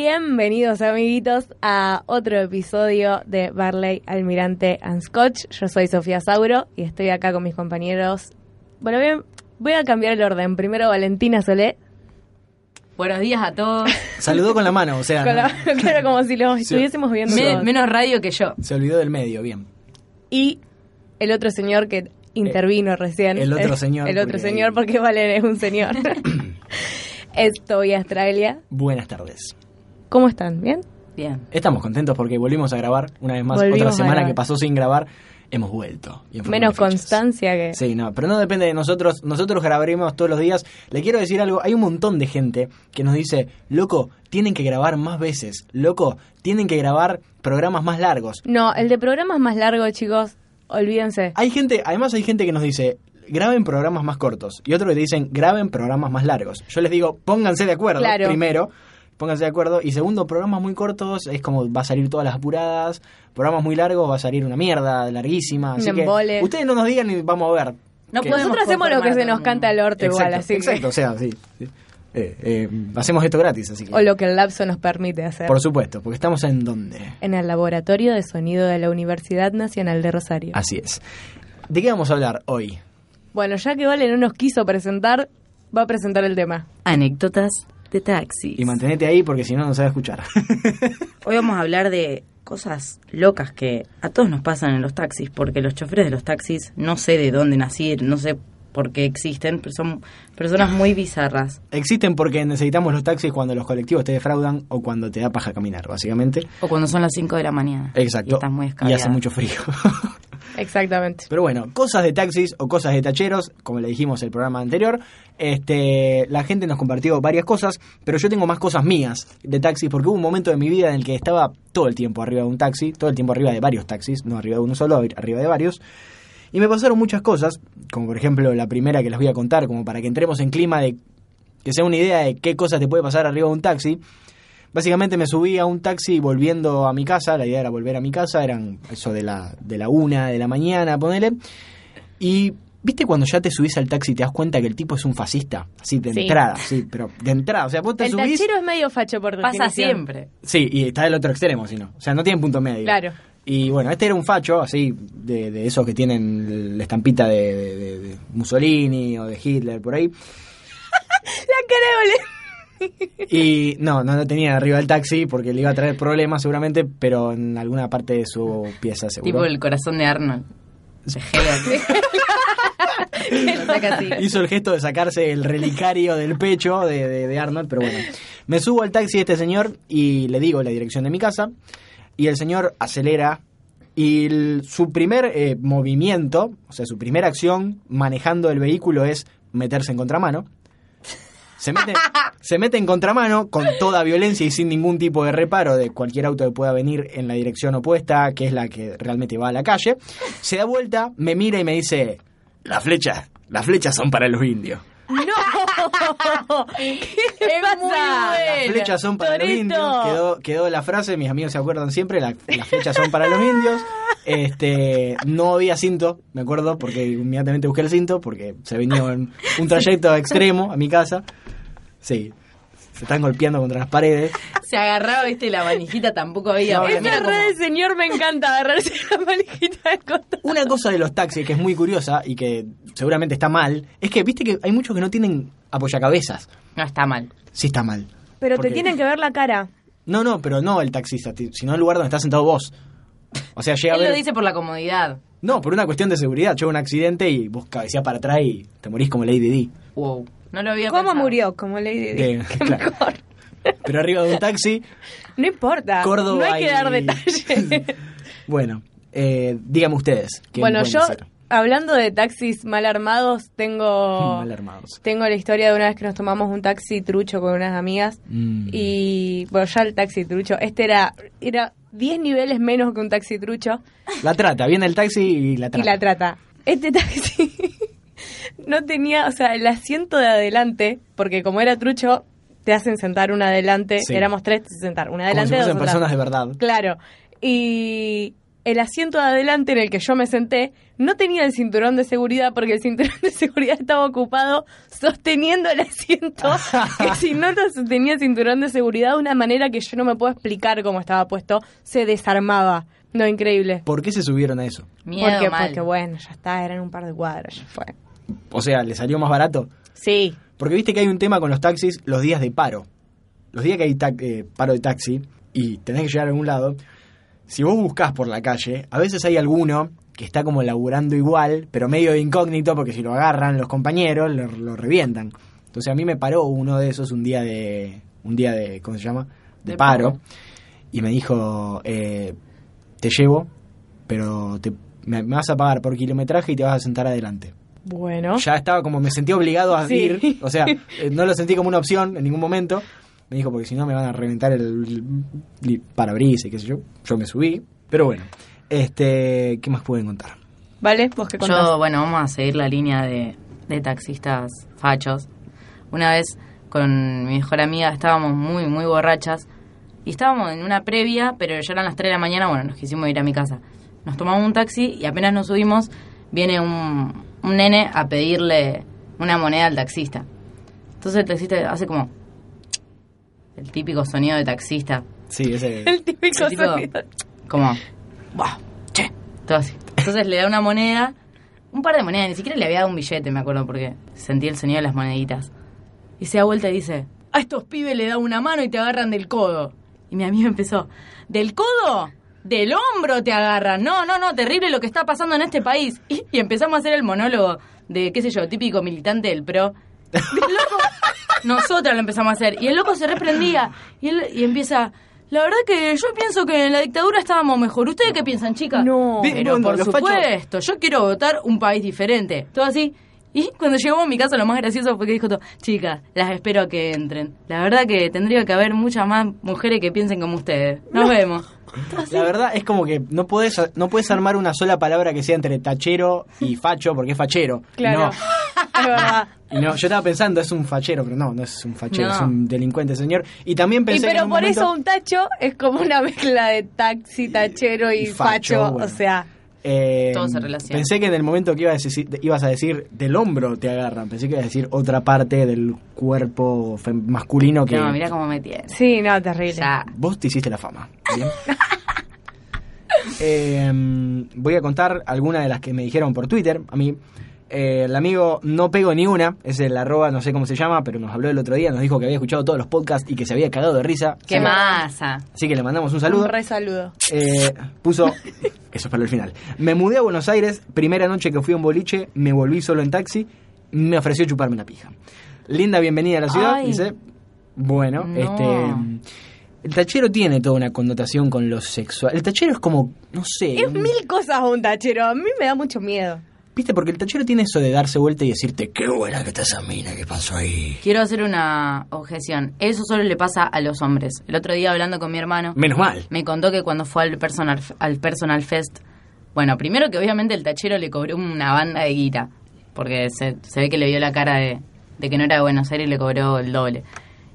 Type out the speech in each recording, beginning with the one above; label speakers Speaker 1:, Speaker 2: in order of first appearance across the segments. Speaker 1: Bienvenidos amiguitos a otro episodio de Barley, Almirante and Scotch. Yo soy Sofía Sauro y estoy acá con mis compañeros. Bueno, bien, voy a cambiar el orden. Primero Valentina Solé.
Speaker 2: Buenos días a todos.
Speaker 3: Saludó con la mano, o sea.
Speaker 1: Con la-
Speaker 3: ¿no?
Speaker 1: claro, como si lo estuviésemos viendo.
Speaker 2: Me-
Speaker 1: todos.
Speaker 2: menos radio que yo.
Speaker 3: Se olvidó del medio, bien.
Speaker 1: Y el otro señor que intervino recién.
Speaker 3: el otro
Speaker 1: Eh,
Speaker 3: señor,
Speaker 1: El otro
Speaker 3: porque-
Speaker 1: señor, porque Valen es un señor. estoy Australia.
Speaker 3: Buenas tardes.
Speaker 1: ¿Cómo están? ¿Bien?
Speaker 2: Bien.
Speaker 3: Estamos contentos porque volvimos a grabar una vez más.
Speaker 1: Volvimos
Speaker 3: Otra
Speaker 1: a
Speaker 3: semana
Speaker 1: grabar.
Speaker 3: que pasó sin grabar, hemos vuelto. Y en forma
Speaker 1: Menos
Speaker 3: de fechas.
Speaker 1: constancia que...
Speaker 3: Sí, no, pero no depende de nosotros. Nosotros grabaremos todos los días. Le quiero decir algo. Hay un montón de gente que nos dice, loco, tienen que grabar más veces. Loco, tienen que grabar programas más largos.
Speaker 1: No, el de programas más largo, chicos, olvídense.
Speaker 3: Hay gente, además hay gente que nos dice, graben programas más cortos. Y otros que te dicen, graben programas más largos. Yo les digo, pónganse de acuerdo.
Speaker 1: Claro.
Speaker 3: Primero, pónganse de acuerdo. Y segundo, programas muy cortos es como va a salir todas las apuradas. Programas muy largos va a salir una mierda larguísima. Así
Speaker 1: Un
Speaker 3: que
Speaker 1: embole.
Speaker 3: ustedes no nos digan y vamos a ver.
Speaker 2: No
Speaker 3: Que-
Speaker 2: podemos
Speaker 1: Nosotros hacemos lo que se nos
Speaker 2: conformarnos.
Speaker 1: canta al orto
Speaker 3: Exacto,
Speaker 1: igual, así que-
Speaker 3: exacto, o sea, sí. sí. Eh, eh, hacemos esto gratis, así que.
Speaker 1: O lo que el lapso nos permite hacer.
Speaker 3: Por supuesto, porque estamos en donde.
Speaker 1: En el Laboratorio de Sonido de la Universidad Nacional de Rosario.
Speaker 3: Así es. ¿De qué vamos a hablar hoy?
Speaker 1: Bueno, ya que Vale no nos quiso presentar, va a presentar el tema.
Speaker 4: Anécdotas de taxis.
Speaker 3: Y mantenete ahí porque si no, no se va a escuchar.
Speaker 4: Hoy vamos a hablar de cosas locas que a todos nos pasan en los taxis, porque los choferes de los taxis no sé de dónde nacir, no sé por qué existen, pero son personas muy bizarras.
Speaker 3: Existen porque necesitamos los taxis cuando los colectivos te defraudan o cuando te da paja caminar, básicamente.
Speaker 4: O cuando son las 5 de la mañana.
Speaker 3: Exacto.
Speaker 4: Y estás muy
Speaker 3: Y
Speaker 4: escabiada.
Speaker 3: hace mucho frío.
Speaker 1: Exactamente.
Speaker 3: Pero bueno, cosas de taxis o cosas de tacheros, como le dijimos en el programa anterior, este, la gente nos compartió varias cosas, pero yo tengo más cosas mías de taxis porque hubo un momento de mi vida en el que estaba todo el tiempo arriba de un taxi, todo el tiempo arriba de varios taxis, no arriba de uno solo, arriba de varios. Y me pasaron muchas cosas, como por ejemplo la primera que les voy a contar, como para que entremos en clima de que sea una idea de qué cosas te puede pasar arriba de un taxi. Básicamente me subí a un taxi volviendo a mi casa, la idea era volver a mi casa, eran eso de la, de la una de la mañana, ponele. Y viste cuando ya te subís al taxi y te das cuenta que el tipo es un fascista, así de
Speaker 1: Sí.
Speaker 3: entrada, sí, pero de entrada, o sea, vos te
Speaker 1: El
Speaker 3: subís.
Speaker 1: tachero es medio facho por
Speaker 2: Pasa
Speaker 1: definición.
Speaker 2: siempre.
Speaker 3: Sí, y está del otro extremo, si no. O sea, no tienen punto medio.
Speaker 1: Claro.
Speaker 3: Y bueno, este era un facho, así, de, de esos que tienen la estampita de, de- de- de Mussolini o de Hitler, por ahí.
Speaker 1: La cara de Valen.
Speaker 3: Y no, no lo tenía arriba del taxi porque le iba a traer problemas seguramente, pero en alguna parte de su pieza seguro.
Speaker 4: Tipo el corazón de Arnold. De Helga. Lo saca así.
Speaker 3: Hizo el gesto de sacarse el relicario del pecho de, de- de Arnold, pero bueno. Me subo al taxi de este señor y le digo la dirección de mi casa. Y el señor acelera. Y el- su primer eh, movimiento, o sea, su primera acción manejando el vehículo es meterse en contramano. Se mete, se mete en contramano con toda violencia y sin ningún tipo de reparo de cualquier auto que pueda venir en la dirección opuesta, que es la que realmente va a la calle. Se da vuelta, me mira y me dice, las flechas, las flechas son para los indios.
Speaker 1: ¡No! ¿Qué
Speaker 2: Es
Speaker 1: pasa?
Speaker 2: muy bueno.
Speaker 3: Las flechas son para los
Speaker 1: Torito.
Speaker 3: indios. Quedó, quedó la frase, mis amigos se acuerdan siempre, la- las flechas son para los indios. Este, no había cinto, me acuerdo, porque inmediatamente busqué el cinto, porque se venía un, un trayecto extremo a mi casa. Sí, se están golpeando contra las paredes.
Speaker 2: Se agarraba, viste, la manijita tampoco había.
Speaker 3: No,
Speaker 2: porque
Speaker 3: no.
Speaker 2: era
Speaker 1: Esta
Speaker 2: como-
Speaker 1: red de señor me encanta agarrarse la manijita de costa.
Speaker 3: Una cosa de los taxis que es muy curiosa y que seguramente está mal, es que viste que hay muchos que no tienen apoyacabezas.
Speaker 4: No está mal.
Speaker 3: Sí está mal.
Speaker 1: Pero
Speaker 3: ¿Por
Speaker 1: te
Speaker 3: qué?
Speaker 1: tienen que ver la cara.
Speaker 3: No, no, pero no el taxista, ti- sino el lugar donde estás sentado vos. O sea, llega a
Speaker 2: Él
Speaker 3: ver...
Speaker 2: lo dice por la comodidad.
Speaker 3: No, por una cuestión de seguridad. Llega un accidente y vos cabeceás para atrás y te morís como Lady D.
Speaker 2: Wow. No lo había
Speaker 1: ¿Cómo
Speaker 2: pensado.
Speaker 1: murió? Como le dije.
Speaker 3: De- claro. Pero arriba de un taxi.
Speaker 1: No importa.
Speaker 3: Córdoba
Speaker 1: no hay que
Speaker 3: y-
Speaker 1: dar detalles.
Speaker 3: Bueno, eh, díganme ustedes. ¿qué
Speaker 1: bueno,
Speaker 3: pueden
Speaker 1: yo,
Speaker 3: hacer?
Speaker 1: hablando de taxis mal armados, tengo.
Speaker 3: Mal armados.
Speaker 1: Tengo la historia de una vez que nos tomamos un taxi trucho con unas amigas.
Speaker 3: Mm.
Speaker 1: Y bueno, ya el taxi trucho. Este era era 10 niveles menos que un taxi trucho.
Speaker 3: La trata, viene el taxi y la trata.
Speaker 1: Y la trata. Este taxi no tenía, o sea, el asiento de adelante, porque como era trucho, te hacen sentar un adelante.
Speaker 3: Sí.
Speaker 1: Éramos tres, te sentar un
Speaker 3: Como si
Speaker 1: adelante.
Speaker 3: fuesen
Speaker 1: dos atrás.
Speaker 3: personas de verdad.
Speaker 1: Claro. Y el asiento de adelante en el que yo me senté no tenía el cinturón de seguridad porque el cinturón de seguridad estaba ocupado sosteniendo el asiento. que si no te sostenía el cinturón de seguridad de una manera que yo no me puedo explicar cómo estaba puesto, se desarmaba. No, increíble.
Speaker 3: ¿Por qué se subieron a eso?
Speaker 5: Miedo
Speaker 1: porque,
Speaker 5: mal.
Speaker 1: porque, bueno, ya está, eran un par de cuadras, ya fue.
Speaker 3: O sea, ¿le salió más barato?
Speaker 1: Sí,
Speaker 3: Porque viste que hay un tema con los taxis, los días de paro. Los días que hay tac- eh, paro de taxi y tenés que llegar a algún lado, si vos buscás por la calle, a veces hay alguno que está como laburando igual, pero medio de incógnito, porque si lo agarran los compañeros, lo, lo revientan. Entonces a mí me paró uno de esos un día de, un día de ¿cómo se llama? De,
Speaker 5: De
Speaker 3: paro.
Speaker 5: paro.
Speaker 3: Y me dijo, eh, te llevo, pero te- me, me vas a pagar por kilometraje y te vas a sentar adelante
Speaker 1: bueno.
Speaker 3: ya estaba como me sentí obligado a
Speaker 1: Sí.
Speaker 3: ir, o sea, eh, no lo sentí como una opción en ningún momento. Me dijo, porque si no me van a reventar el, el parabrisas y qué sé yo. Yo me subí, pero bueno, este, ¿qué más pueden contar?
Speaker 1: ¿Vale? ¿Vos qué contás?
Speaker 2: Yo, bueno, vamos a seguir la línea de, de taxistas fachos. Una vez con mi mejor amiga estábamos muy, muy borrachas y estábamos en una previa, pero ya eran las 3 de la mañana, bueno, nos quisimos ir a mi casa. Nos tomamos un taxi y apenas nos subimos, viene un, un nene a pedirle una moneda al taxista. Entonces el taxista hace como el típico sonido de taxista,
Speaker 3: Sí, ese.
Speaker 1: El típico
Speaker 2: El tipo-
Speaker 1: sonido.
Speaker 2: como, "Buah, che, todo así. Entonces le da una moneda, un par de monedas, ni siquiera le había dado un billete, me acuerdo, porque sentí el sonido de las moneditas. Y se da vuelta y dice, a estos pibes le da una mano y te agarran del codo. Y mi amigo empezó, ¿del codo? Del hombro te agarran. No, no, no, terrible lo que está pasando en este país. Y, y empezamos a hacer el monólogo de, qué sé yo, típico militante del PRO. Y el loco, nosotras lo empezamos a hacer. Y el loco se reprendía. Y, él, y empieza, la verdad que yo pienso que en la dictadura estábamos mejor. ¿Ustedes qué piensan, chicas?
Speaker 1: No.
Speaker 3: Digo,
Speaker 2: Pero
Speaker 3: no,
Speaker 2: por
Speaker 3: los fachos-
Speaker 2: supuesto, yo quiero votar un país diferente. Todo así. Y cuando llegamos a mi casa, lo más gracioso fue que dijo todo, chicas, las espero a que entren. La verdad que tendría que haber muchas más mujeres que piensen como ustedes. Nos vemos.
Speaker 3: La verdad es como que no puedes no puedes armar una sola palabra que sea entre tachero y facho, porque es fachero. Y
Speaker 1: Claro.
Speaker 3: no-
Speaker 1: Es verdad.
Speaker 3: y no, yo estaba pensando, es un fachero, pero no, no es un fachero,
Speaker 2: No.
Speaker 3: es un delincuente, señor. Y también
Speaker 1: Y
Speaker 3: pensé que en
Speaker 1: pero
Speaker 3: un
Speaker 1: por
Speaker 3: momento-
Speaker 1: eso un tacho es como una mezcla de taxi, tachero y,
Speaker 3: y facho,
Speaker 1: facho.
Speaker 3: bueno.
Speaker 1: O sea,
Speaker 3: Eh,
Speaker 2: Todo se relaciona.
Speaker 3: Pensé que en el momento que ibas a, decir, ibas a decir del hombro te agarran, pensé que ibas a decir otra parte del cuerpo fem- masculino que
Speaker 2: No, mirá cómo me tiene.
Speaker 1: sí, no, terrible.
Speaker 2: Ya.
Speaker 3: vos te hiciste la fama. ¿bien? Eh, voy a contar algunas de las que me dijeron por Twitter a mí. Eh, el amigo no pego ni una, es el arroba, no sé cómo se llama, pero nos habló el otro día, nos dijo que había escuchado todos los podcasts y que se había cagado de risa.
Speaker 2: ¡Qué masa!
Speaker 3: Así que le mandamos un saludo.
Speaker 1: Un re saludo.
Speaker 3: Eh, puso, eso es para el final. Me mudé a Buenos Aires, primera noche que fui a un boliche, me volví solo en taxi, me ofreció chuparme la pija. Linda bienvenida a la ciudad,
Speaker 2: Ay.
Speaker 3: dice. Bueno,
Speaker 2: No.
Speaker 3: este. El tachero tiene toda una connotación con lo sexual. El tachero es como, no sé.
Speaker 1: Es
Speaker 3: un-
Speaker 1: mil cosas un tachero. A mí me da mucho miedo.
Speaker 3: ¿Viste? Porque el tachero tiene eso de darse vuelta y decirte, qué buena que está esa mina, que pasó ahí?
Speaker 2: Quiero hacer una objeción. Eso solo le pasa a los hombres. El otro día hablando con mi hermano,
Speaker 3: Menos mal.
Speaker 2: me contó que cuando fue al personal, al personal fest, bueno, primero que obviamente el tachero le cobró una banda de guita, porque se, se ve que le vio la cara de, de que no era de Buenos Aires y le cobró el doble.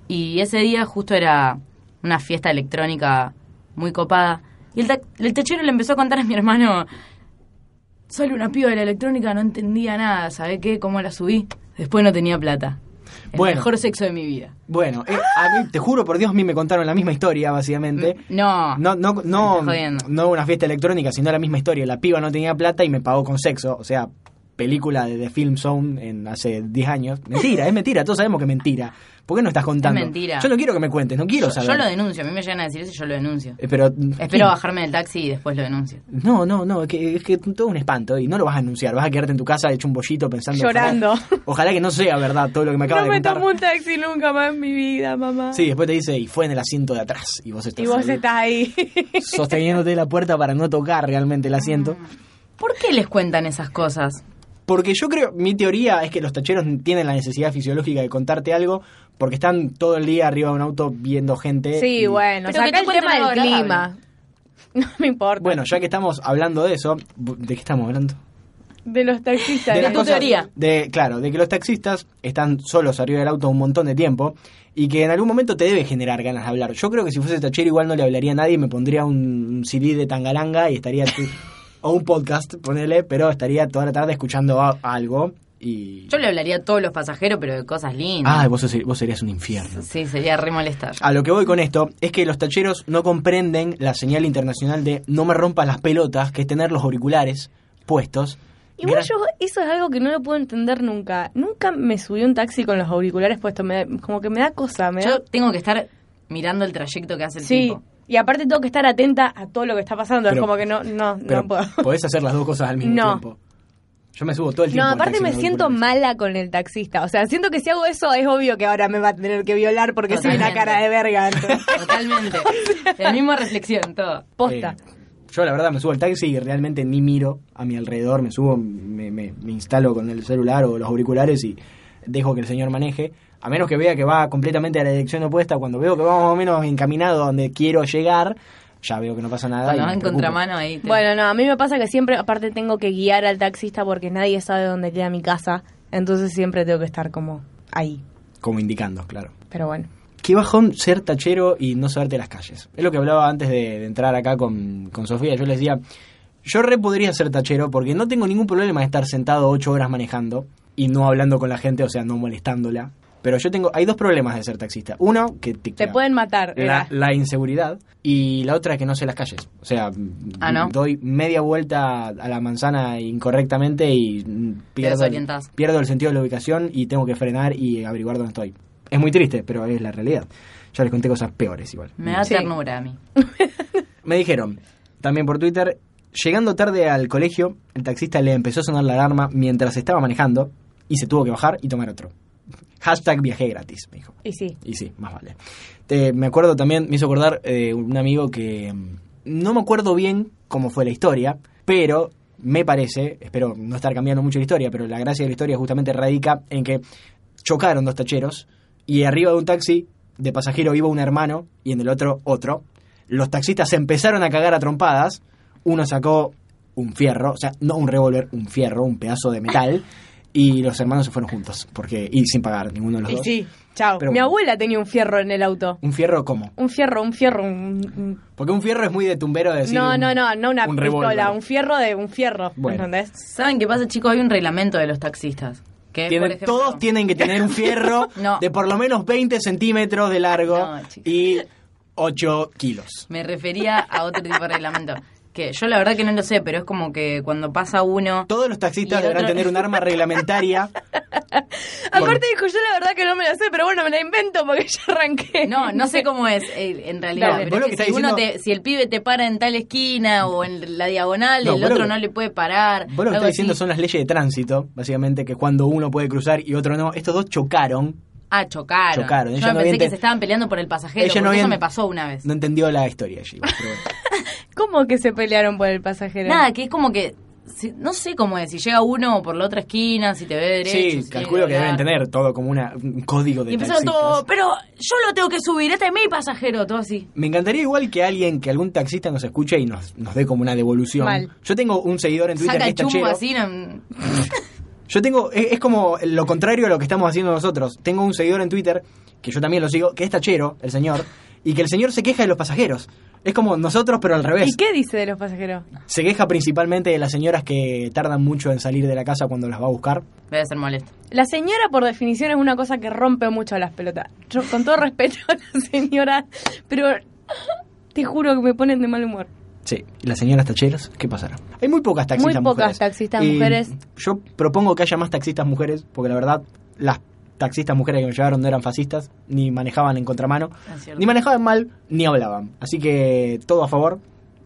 Speaker 2: Y ese día justo era una fiesta electrónica muy copada. Y el, ta- el tachero le empezó a contar a mi hermano, solo una piba de la electrónica, no entendía nada, ¿sabe qué? ¿Cómo la subí? Después no tenía plata. El
Speaker 3: Bueno.
Speaker 2: mejor sexo de mi vida.
Speaker 3: Bueno, eh, a mí, te juro por Dios, a mí me contaron la misma historia,
Speaker 2: Mm.
Speaker 3: básicamente.
Speaker 2: No.
Speaker 3: No, no, no,
Speaker 2: Está jodiendo.
Speaker 3: no una fiesta electrónica, sino la misma historia. La piba no tenía plata y me pagó con sexo. O sea, película de, de Film Zone en hace 10 años. Mentira, es mentira. Todos sabemos que es mentira. ¿Por qué no estás contando?
Speaker 2: mentira.
Speaker 3: Yo no quiero que me cuentes, no quiero
Speaker 2: Yo-
Speaker 3: saber.
Speaker 2: Yo lo denuncio, a mí me llegan a decir eso y yo lo denuncio.
Speaker 3: Eh, Pero, ¿quién?
Speaker 2: Espero bajarme del taxi y después lo denuncio.
Speaker 3: No, no, no, es que, es que todo un espanto y no lo vas a anunciar, vas a quedarte en tu casa hecho un bollito pensando...
Speaker 1: Llorando.
Speaker 3: Ojalá, ojalá que no sea verdad todo lo que me acaba
Speaker 1: No
Speaker 3: de
Speaker 1: me
Speaker 3: contar.
Speaker 1: tomo un taxi nunca más en mi vida, mamá.
Speaker 3: Sí, después te dice, y fue en el asiento de atrás, y vos estás,
Speaker 1: y vos
Speaker 3: ahí
Speaker 1: estás ahí.
Speaker 3: sosteniéndote la puerta para no tocar realmente el asiento.
Speaker 2: ¿Por qué les cuentan esas cosas?
Speaker 3: Porque yo creo, mi teoría es que los tacheros tienen la necesidad fisiológica de contarte algo porque están todo el día arriba de un auto viendo gente. Eh, y-
Speaker 1: sí, bueno.
Speaker 2: Pero que
Speaker 1: Saca
Speaker 2: te
Speaker 1: el
Speaker 2: cuenten
Speaker 1: tema del
Speaker 2: algo agradable.
Speaker 1: clima. No me importa.
Speaker 3: Bueno, ya que estamos hablando de eso, bu- ¿de qué estamos hablando?
Speaker 1: de los taxistas.
Speaker 3: de
Speaker 2: la
Speaker 3: las
Speaker 2: tu
Speaker 3: cosas-
Speaker 2: teoría.
Speaker 3: de- claro, de que los taxistas están solos arriba del auto un montón de tiempo y que en algún momento te debe generar ganas de hablar. Yo creo que si fuese tachero igual no le hablaría a nadie, me pondría un CD de tangalanga y estaría tu- o un podcast, ponele, pero estaría toda la tarde escuchando a- algo y
Speaker 2: Yo le hablaría a todos los pasajeros, pero de cosas lindas.
Speaker 3: Ay, vos, sos- vos serías un infierno.
Speaker 2: Sí, sería re molestar.
Speaker 3: A lo que voy con esto es que los tacheros no comprenden la señal internacional de no me rompas las pelotas, que es tener los auriculares puestos.
Speaker 1: Igual
Speaker 3: Gra-
Speaker 1: yo eso es algo que no lo puedo entender nunca. Nunca me subí a un taxi con los auriculares puestos. Me da- como que me da cosa. Me da-
Speaker 2: Yo tengo que estar mirando el trayecto que hace el
Speaker 1: sí.
Speaker 2: tipo.
Speaker 1: Y aparte tengo que estar atenta a todo lo que está pasando. es
Speaker 3: Pero-
Speaker 1: como que no, no,
Speaker 3: Pero
Speaker 1: no puedo.
Speaker 3: podés hacer las dos cosas al mismo
Speaker 1: No.
Speaker 3: tiempo. Yo me subo todo el
Speaker 1: No,
Speaker 3: tiempo. al
Speaker 1: aparte
Speaker 3: taxi
Speaker 1: me
Speaker 3: con
Speaker 1: siento
Speaker 3: auriculares.
Speaker 1: mala con el taxista. O sea, siento que si hago eso es obvio que ahora me va a tener que violar porque soy una
Speaker 2: Totalmente.
Speaker 1: cara de verga. entonces,
Speaker 2: Totalmente. La misma reflexión, todo.
Speaker 1: Posta.
Speaker 3: Eh, yo la verdad me subo al taxi y realmente ni miro a mi alrededor, me subo, me, me- me instalo con el celular o los auriculares y dejo que el señor maneje. A menos que vea que va completamente a la dirección opuesta, cuando veo que va más o menos encaminado a donde quiero llegar, ya veo que no pasa nada. y
Speaker 2: Cuando
Speaker 3: me
Speaker 2: vas en
Speaker 3: preocupo.
Speaker 2: contramano ahí. te-
Speaker 1: Bueno, no, a mí me pasa que siempre, aparte, tengo que guiar al taxista porque nadie sabe dónde queda mi casa. Entonces siempre tengo que estar como ahí.
Speaker 3: Como indicando, claro.
Speaker 1: Pero bueno.
Speaker 3: Qué bajón ser tachero y no saberte las calles. Es lo que hablaba antes de, de entrar acá con, con Sofía. Yo les decía, yo re podría ser tachero porque no tengo ningún problema de estar sentado ocho horas manejando y no hablando con la gente, o sea, no molestándola. Pero yo tengo, hay dos problemas de ser taxista. Uno, que te,
Speaker 1: Te
Speaker 3: la-
Speaker 1: pueden matar.
Speaker 3: la,
Speaker 1: era.
Speaker 3: la inseguridad y la otra, que no sé las calles. O sea,
Speaker 2: Ah, ¿no?
Speaker 3: doy media vuelta a la manzana incorrectamente y mm, pierdo el,
Speaker 2: desorientás.
Speaker 3: pierdo el sentido de la ubicación y tengo que frenar y averiguar dónde estoy. Es muy triste, pero es la realidad. Ya les conté cosas peores igual.
Speaker 2: Me da
Speaker 1: Sí.
Speaker 2: ternura a mí.
Speaker 3: Me dijeron, también por Twitter, llegando tarde al colegio, el taxista le empezó a sonar la alarma mientras estaba manejando y se tuvo que bajar y tomar otro. Hashtag viajé gratis, me dijo.
Speaker 1: Y sí.
Speaker 3: Y sí, más vale. Te- me acuerdo también, me hizo acordar eh, un amigo que mm, no me acuerdo bien cómo fue la historia, pero me parece, espero no estar cambiando mucho la historia, pero la gracia de la historia justamente radica en que chocaron dos tacheros y arriba de un taxi de pasajero iba un hermano y en el otro otro. Los taxistas se empezaron a cagar a trompadas, uno sacó un fierro, o sea, no un revólver, un fierro, un pedazo de metal. Y los hermanos se fueron juntos, porque y sin pagar ninguno de los
Speaker 1: Y
Speaker 3: dos.
Speaker 1: sí. Chao.
Speaker 3: Pero
Speaker 1: Mi
Speaker 3: bueno.
Speaker 1: abuela tenía un fierro en el auto.
Speaker 3: ¿Un fierro cómo?
Speaker 1: Un fierro, un fierro, un- un-
Speaker 3: Porque un fierro es muy de tumbero de decir.
Speaker 1: no,
Speaker 3: un-
Speaker 1: no, no, no una
Speaker 3: un revólver.
Speaker 1: pistola, un fierro de un fierro,
Speaker 3: Bueno.
Speaker 1: ¿entendés?
Speaker 2: ¿Saben qué pasa, chicos? Hay un reglamento de los taxistas. Que,
Speaker 3: Tienen-
Speaker 2: por ejemplo,
Speaker 3: todos tienen que tener un fierro
Speaker 2: No.
Speaker 3: de por lo menos 20 centímetros de largo
Speaker 2: No, chicos.
Speaker 3: y 8 kilos.
Speaker 2: Me refería a otro tipo de reglamento. Que yo la verdad que no lo sé, pero es como que cuando pasa uno...
Speaker 3: Todos los taxistas
Speaker 2: Y el
Speaker 3: deberán
Speaker 2: otro-
Speaker 3: tener un arma reglamentaria.
Speaker 1: Aparte dijo, yo la verdad que no me la sé, pero bueno, me la invento porque ya arranqué.
Speaker 2: No, no sé cómo es eh, en realidad.
Speaker 3: Dale. Vos
Speaker 2: pero
Speaker 3: lo
Speaker 2: es
Speaker 3: que
Speaker 2: que
Speaker 3: estás
Speaker 2: si, uno
Speaker 3: diciendo-
Speaker 2: te- si el pibe te para en tal esquina o en la diagonal, el
Speaker 3: No, vos lo
Speaker 2: otro
Speaker 3: que-
Speaker 2: no le puede parar.
Speaker 3: Vos lo
Speaker 2: algo
Speaker 3: que estás diciendo
Speaker 2: así.
Speaker 3: son las leyes de tránsito, básicamente, que cuando uno puede cruzar y otro no. Estos dos chocaron.
Speaker 2: Ah, chocaron.
Speaker 3: Chocaron.
Speaker 2: Yo
Speaker 3: Ella
Speaker 2: me
Speaker 3: no
Speaker 2: pensé
Speaker 3: había
Speaker 2: que
Speaker 3: ente-
Speaker 2: se estaban peleando por el pasajero.
Speaker 3: Ella no
Speaker 2: porque
Speaker 3: había
Speaker 2: Eso
Speaker 3: ent-
Speaker 2: me pasó una vez.
Speaker 3: No entendió la historia allí. pero bueno.
Speaker 1: ¿Cómo que se pelearon por el pasajero?
Speaker 2: Nada, que es como que... si- no sé cómo es, si llega uno por la otra esquina, si te ve derecho.
Speaker 3: sí,
Speaker 2: si
Speaker 3: calculo que
Speaker 2: llega a
Speaker 3: deben
Speaker 2: hablar.
Speaker 3: tener todo como una, un código de
Speaker 2: Y empezaron
Speaker 3: taxistas.
Speaker 2: todo, pero yo lo tengo que subir, este es mi pasajero, todo así.
Speaker 3: Me encantaría igual que alguien, que algún taxista nos escuche y nos, nos dé como una devolución.
Speaker 1: Mal.
Speaker 3: Yo tengo un seguidor en Twitter
Speaker 2: Saca
Speaker 3: que
Speaker 2: el
Speaker 3: es
Speaker 2: chumbo
Speaker 3: tachero.
Speaker 2: así. no- mm,
Speaker 3: Yo tengo, es, es como lo contrario a lo que estamos haciendo nosotros. Tengo un seguidor en Twitter, que yo también lo sigo, que es tachero, el señor, y que el señor se queja de los pasajeros. Es como nosotros, pero al revés.
Speaker 1: ¿Y qué dice de los pasajeros?
Speaker 3: Se queja principalmente de las señoras que tardan mucho en salir de la casa cuando las va a buscar.
Speaker 2: Debe ser molesto.
Speaker 1: La señora, por definición, es una cosa que rompe mucho las pelotas. Yo, con todo respeto a la señora, pero te juro que me ponen de mal humor.
Speaker 3: Sí, ¿y las señoras tacheras? ¿Qué pasará? Hay muy pocas taxistas
Speaker 1: Muy
Speaker 3: mujeres.
Speaker 1: pocas taxistas
Speaker 3: Y
Speaker 1: mujeres.
Speaker 3: Yo propongo que haya más taxistas mujeres, porque la verdad, las taxistas mujeres que me llevaron no eran fascistas, ni manejaban en contramano,
Speaker 2: Es cierto.
Speaker 3: ni manejaban mal, ni hablaban. Así que todo a favor.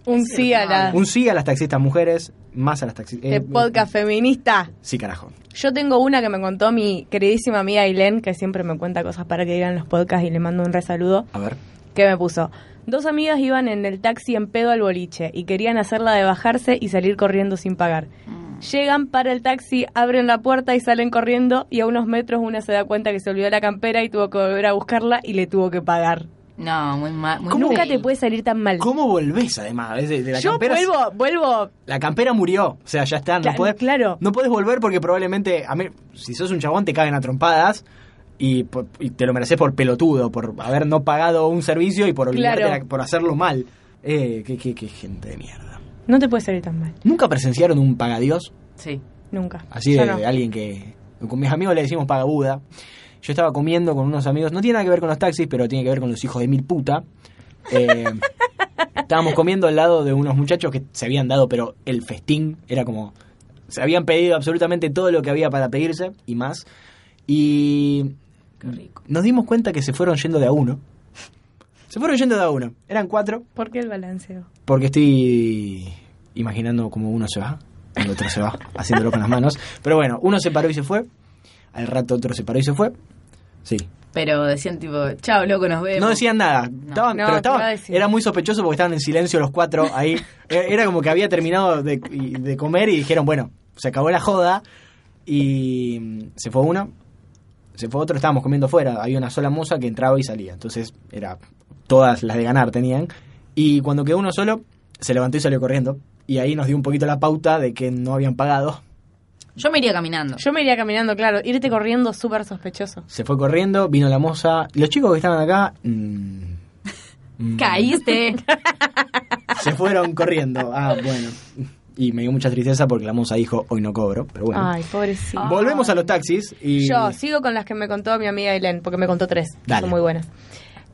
Speaker 1: Un
Speaker 2: Sí,
Speaker 1: sí a la
Speaker 3: Un sí a las taxistas mujeres, más a las taxistas.
Speaker 1: de podcast feminista.
Speaker 3: Sí, carajo.
Speaker 1: Yo tengo una que me contó mi queridísima amiga Ailén, que siempre me cuenta cosas para que digan los podcasts y le mando un resaludo,
Speaker 3: A ver.
Speaker 1: que me puso. Dos amigas iban en el taxi en pedo al boliche y querían hacerla de bajarse y salir corriendo sin pagar.
Speaker 2: Mm.
Speaker 1: Llegan para el taxi, abren la puerta y salen corriendo y a unos metros una se da cuenta que se olvidó la campera y tuvo que volver a buscarla y le tuvo que pagar.
Speaker 2: No, muy mal. Muy
Speaker 3: ¿Cómo?
Speaker 1: Nunca
Speaker 2: mal.
Speaker 1: te puede salir tan mal.
Speaker 3: ¿Cómo volvés además? Es de- de la
Speaker 1: Yo
Speaker 3: campera-
Speaker 1: vuelvo, vuelvo.
Speaker 3: La campera murió, o sea, ya está, no
Speaker 1: Cla-
Speaker 3: podés,
Speaker 1: claro.
Speaker 3: no podés volver porque probablemente, a mí, si sos un chabón te caen a trompadas y, por- y te lo mereces por pelotudo, por haber no pagado un servicio y por olvidarte
Speaker 1: Claro.
Speaker 3: la- por hacerlo mal. Eh, qué, qué- qué gente de mierda.
Speaker 1: No te puede salir tan mal.
Speaker 3: ¿Nunca presenciaron un pagadios?
Speaker 2: Sí.
Speaker 1: Nunca.
Speaker 3: Así
Speaker 1: Yo
Speaker 3: de,
Speaker 1: no.
Speaker 3: de alguien que... Con mis amigos le decimos paga Buda. Yo estaba comiendo con unos amigos, no tiene nada que ver con los taxis, pero tiene que ver con los hijos de mil puta. Eh, estábamos comiendo al lado de unos muchachos que se habían dado, pero el festín era como... Se habían pedido absolutamente todo lo que había para pedirse y más. Y nos dimos cuenta que se fueron yendo de a uno. Se fueron yendo de a uno. Eran cuatro.
Speaker 1: ¿Por qué el balanceo?
Speaker 3: Porque estoy imaginando cómo uno se va, el otro se va, haciéndolo con las manos. Pero bueno, uno se paró y se fue. Al rato otro se paró y se fue. Sí.
Speaker 2: Pero decían tipo, chao, loco, nos vemos.
Speaker 3: No decían nada. Estaban,
Speaker 1: No,
Speaker 3: pero
Speaker 1: te
Speaker 3: estaban-
Speaker 1: iba a decir.
Speaker 3: era muy sospechoso porque estaban en silencio los cuatro ahí. Eh, Era como que había terminado de, y- de comer y dijeron, bueno, se acabó la joda. Y mm, se fue uno, se fue otro, estábamos comiendo fuera. Había una sola moza que entraba y salía. Entonces, era todas las de ganar tenían. Y cuando quedó uno solo, se levantó y salió corriendo. Y ahí nos dio un poquito la pauta de que no habían pagado.
Speaker 2: Yo me iría caminando.
Speaker 1: Yo me iría caminando, claro. Irte corriendo súper sospechoso.
Speaker 3: Se fue corriendo, vino la moza. Los chicos que estaban acá... mm, mm,
Speaker 2: Caíste.
Speaker 3: Se fueron corriendo. Ah, bueno. Y me dio mucha tristeza porque la moza dijo, hoy no cobro, pero bueno.
Speaker 1: Ay, pobrecito.
Speaker 3: Volvemos a los taxis y...
Speaker 1: Yo sigo con las que me contó mi amiga Helen, porque me contó tres. que
Speaker 3: Dale.
Speaker 1: Son muy buenas.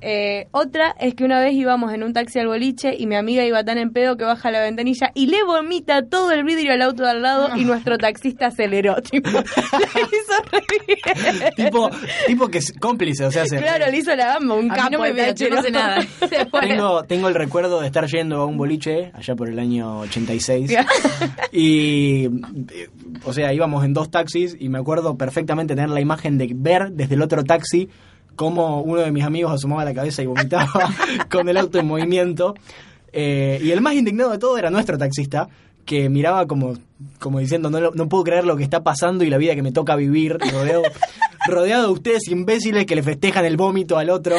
Speaker 1: Eh, otra es que una vez íbamos en un taxi al boliche y mi amiga iba tan en pedo que baja la ventanilla y le vomita todo el vidrio al auto de al lado
Speaker 2: Ah.
Speaker 1: y nuestro taxista aceleró. Tipo, la hizo re bien.
Speaker 3: Tipo, tipo que es cómplice, o sea, se-
Speaker 1: Claro, le hizo la gamba, un
Speaker 2: A mí
Speaker 1: capo.
Speaker 2: no me
Speaker 1: el
Speaker 2: veo, yo no
Speaker 1: tachero.
Speaker 2: sé nada. Se fue.
Speaker 3: Tengo, tengo el recuerdo de estar yendo a un boliche allá por el año 86 y, eh, o sea, íbamos en dos taxis y me acuerdo perfectamente tener la imagen de ver desde el otro taxi cómo uno de mis amigos asomaba la cabeza y vomitaba con el auto en movimiento. Eh, y el más indignado de todo era nuestro taxista, que miraba como, como diciendo, no, lo- no puedo creer lo que está pasando y la vida que me toca vivir, rodeado, rodeado de ustedes imbéciles que le festejan el vómito al otro.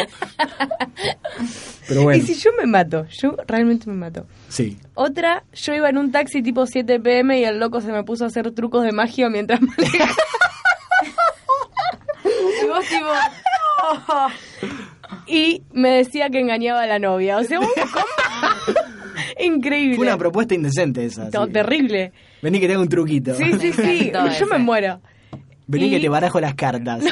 Speaker 3: Pero bueno,
Speaker 1: Y si yo me mato, yo realmente me mato.
Speaker 3: sí.
Speaker 1: Otra, yo iba en un taxi tipo 7 pm y el loco se me puso a hacer trucos de magia mientras manejaba.
Speaker 2: Y vos tipo,
Speaker 1: "Oh". y me decía que engañaba a la novia. O sea, un combo increíble.
Speaker 3: Fue una propuesta indecente esa.
Speaker 1: No,
Speaker 3: sí.
Speaker 1: Terrible.
Speaker 3: Vení que te hago un truquito.
Speaker 1: Sí, sí, sí.
Speaker 2: encantó
Speaker 1: Yo me
Speaker 2: ese.
Speaker 1: muero.
Speaker 3: Vení
Speaker 1: Y-
Speaker 3: que te barajo las cartas.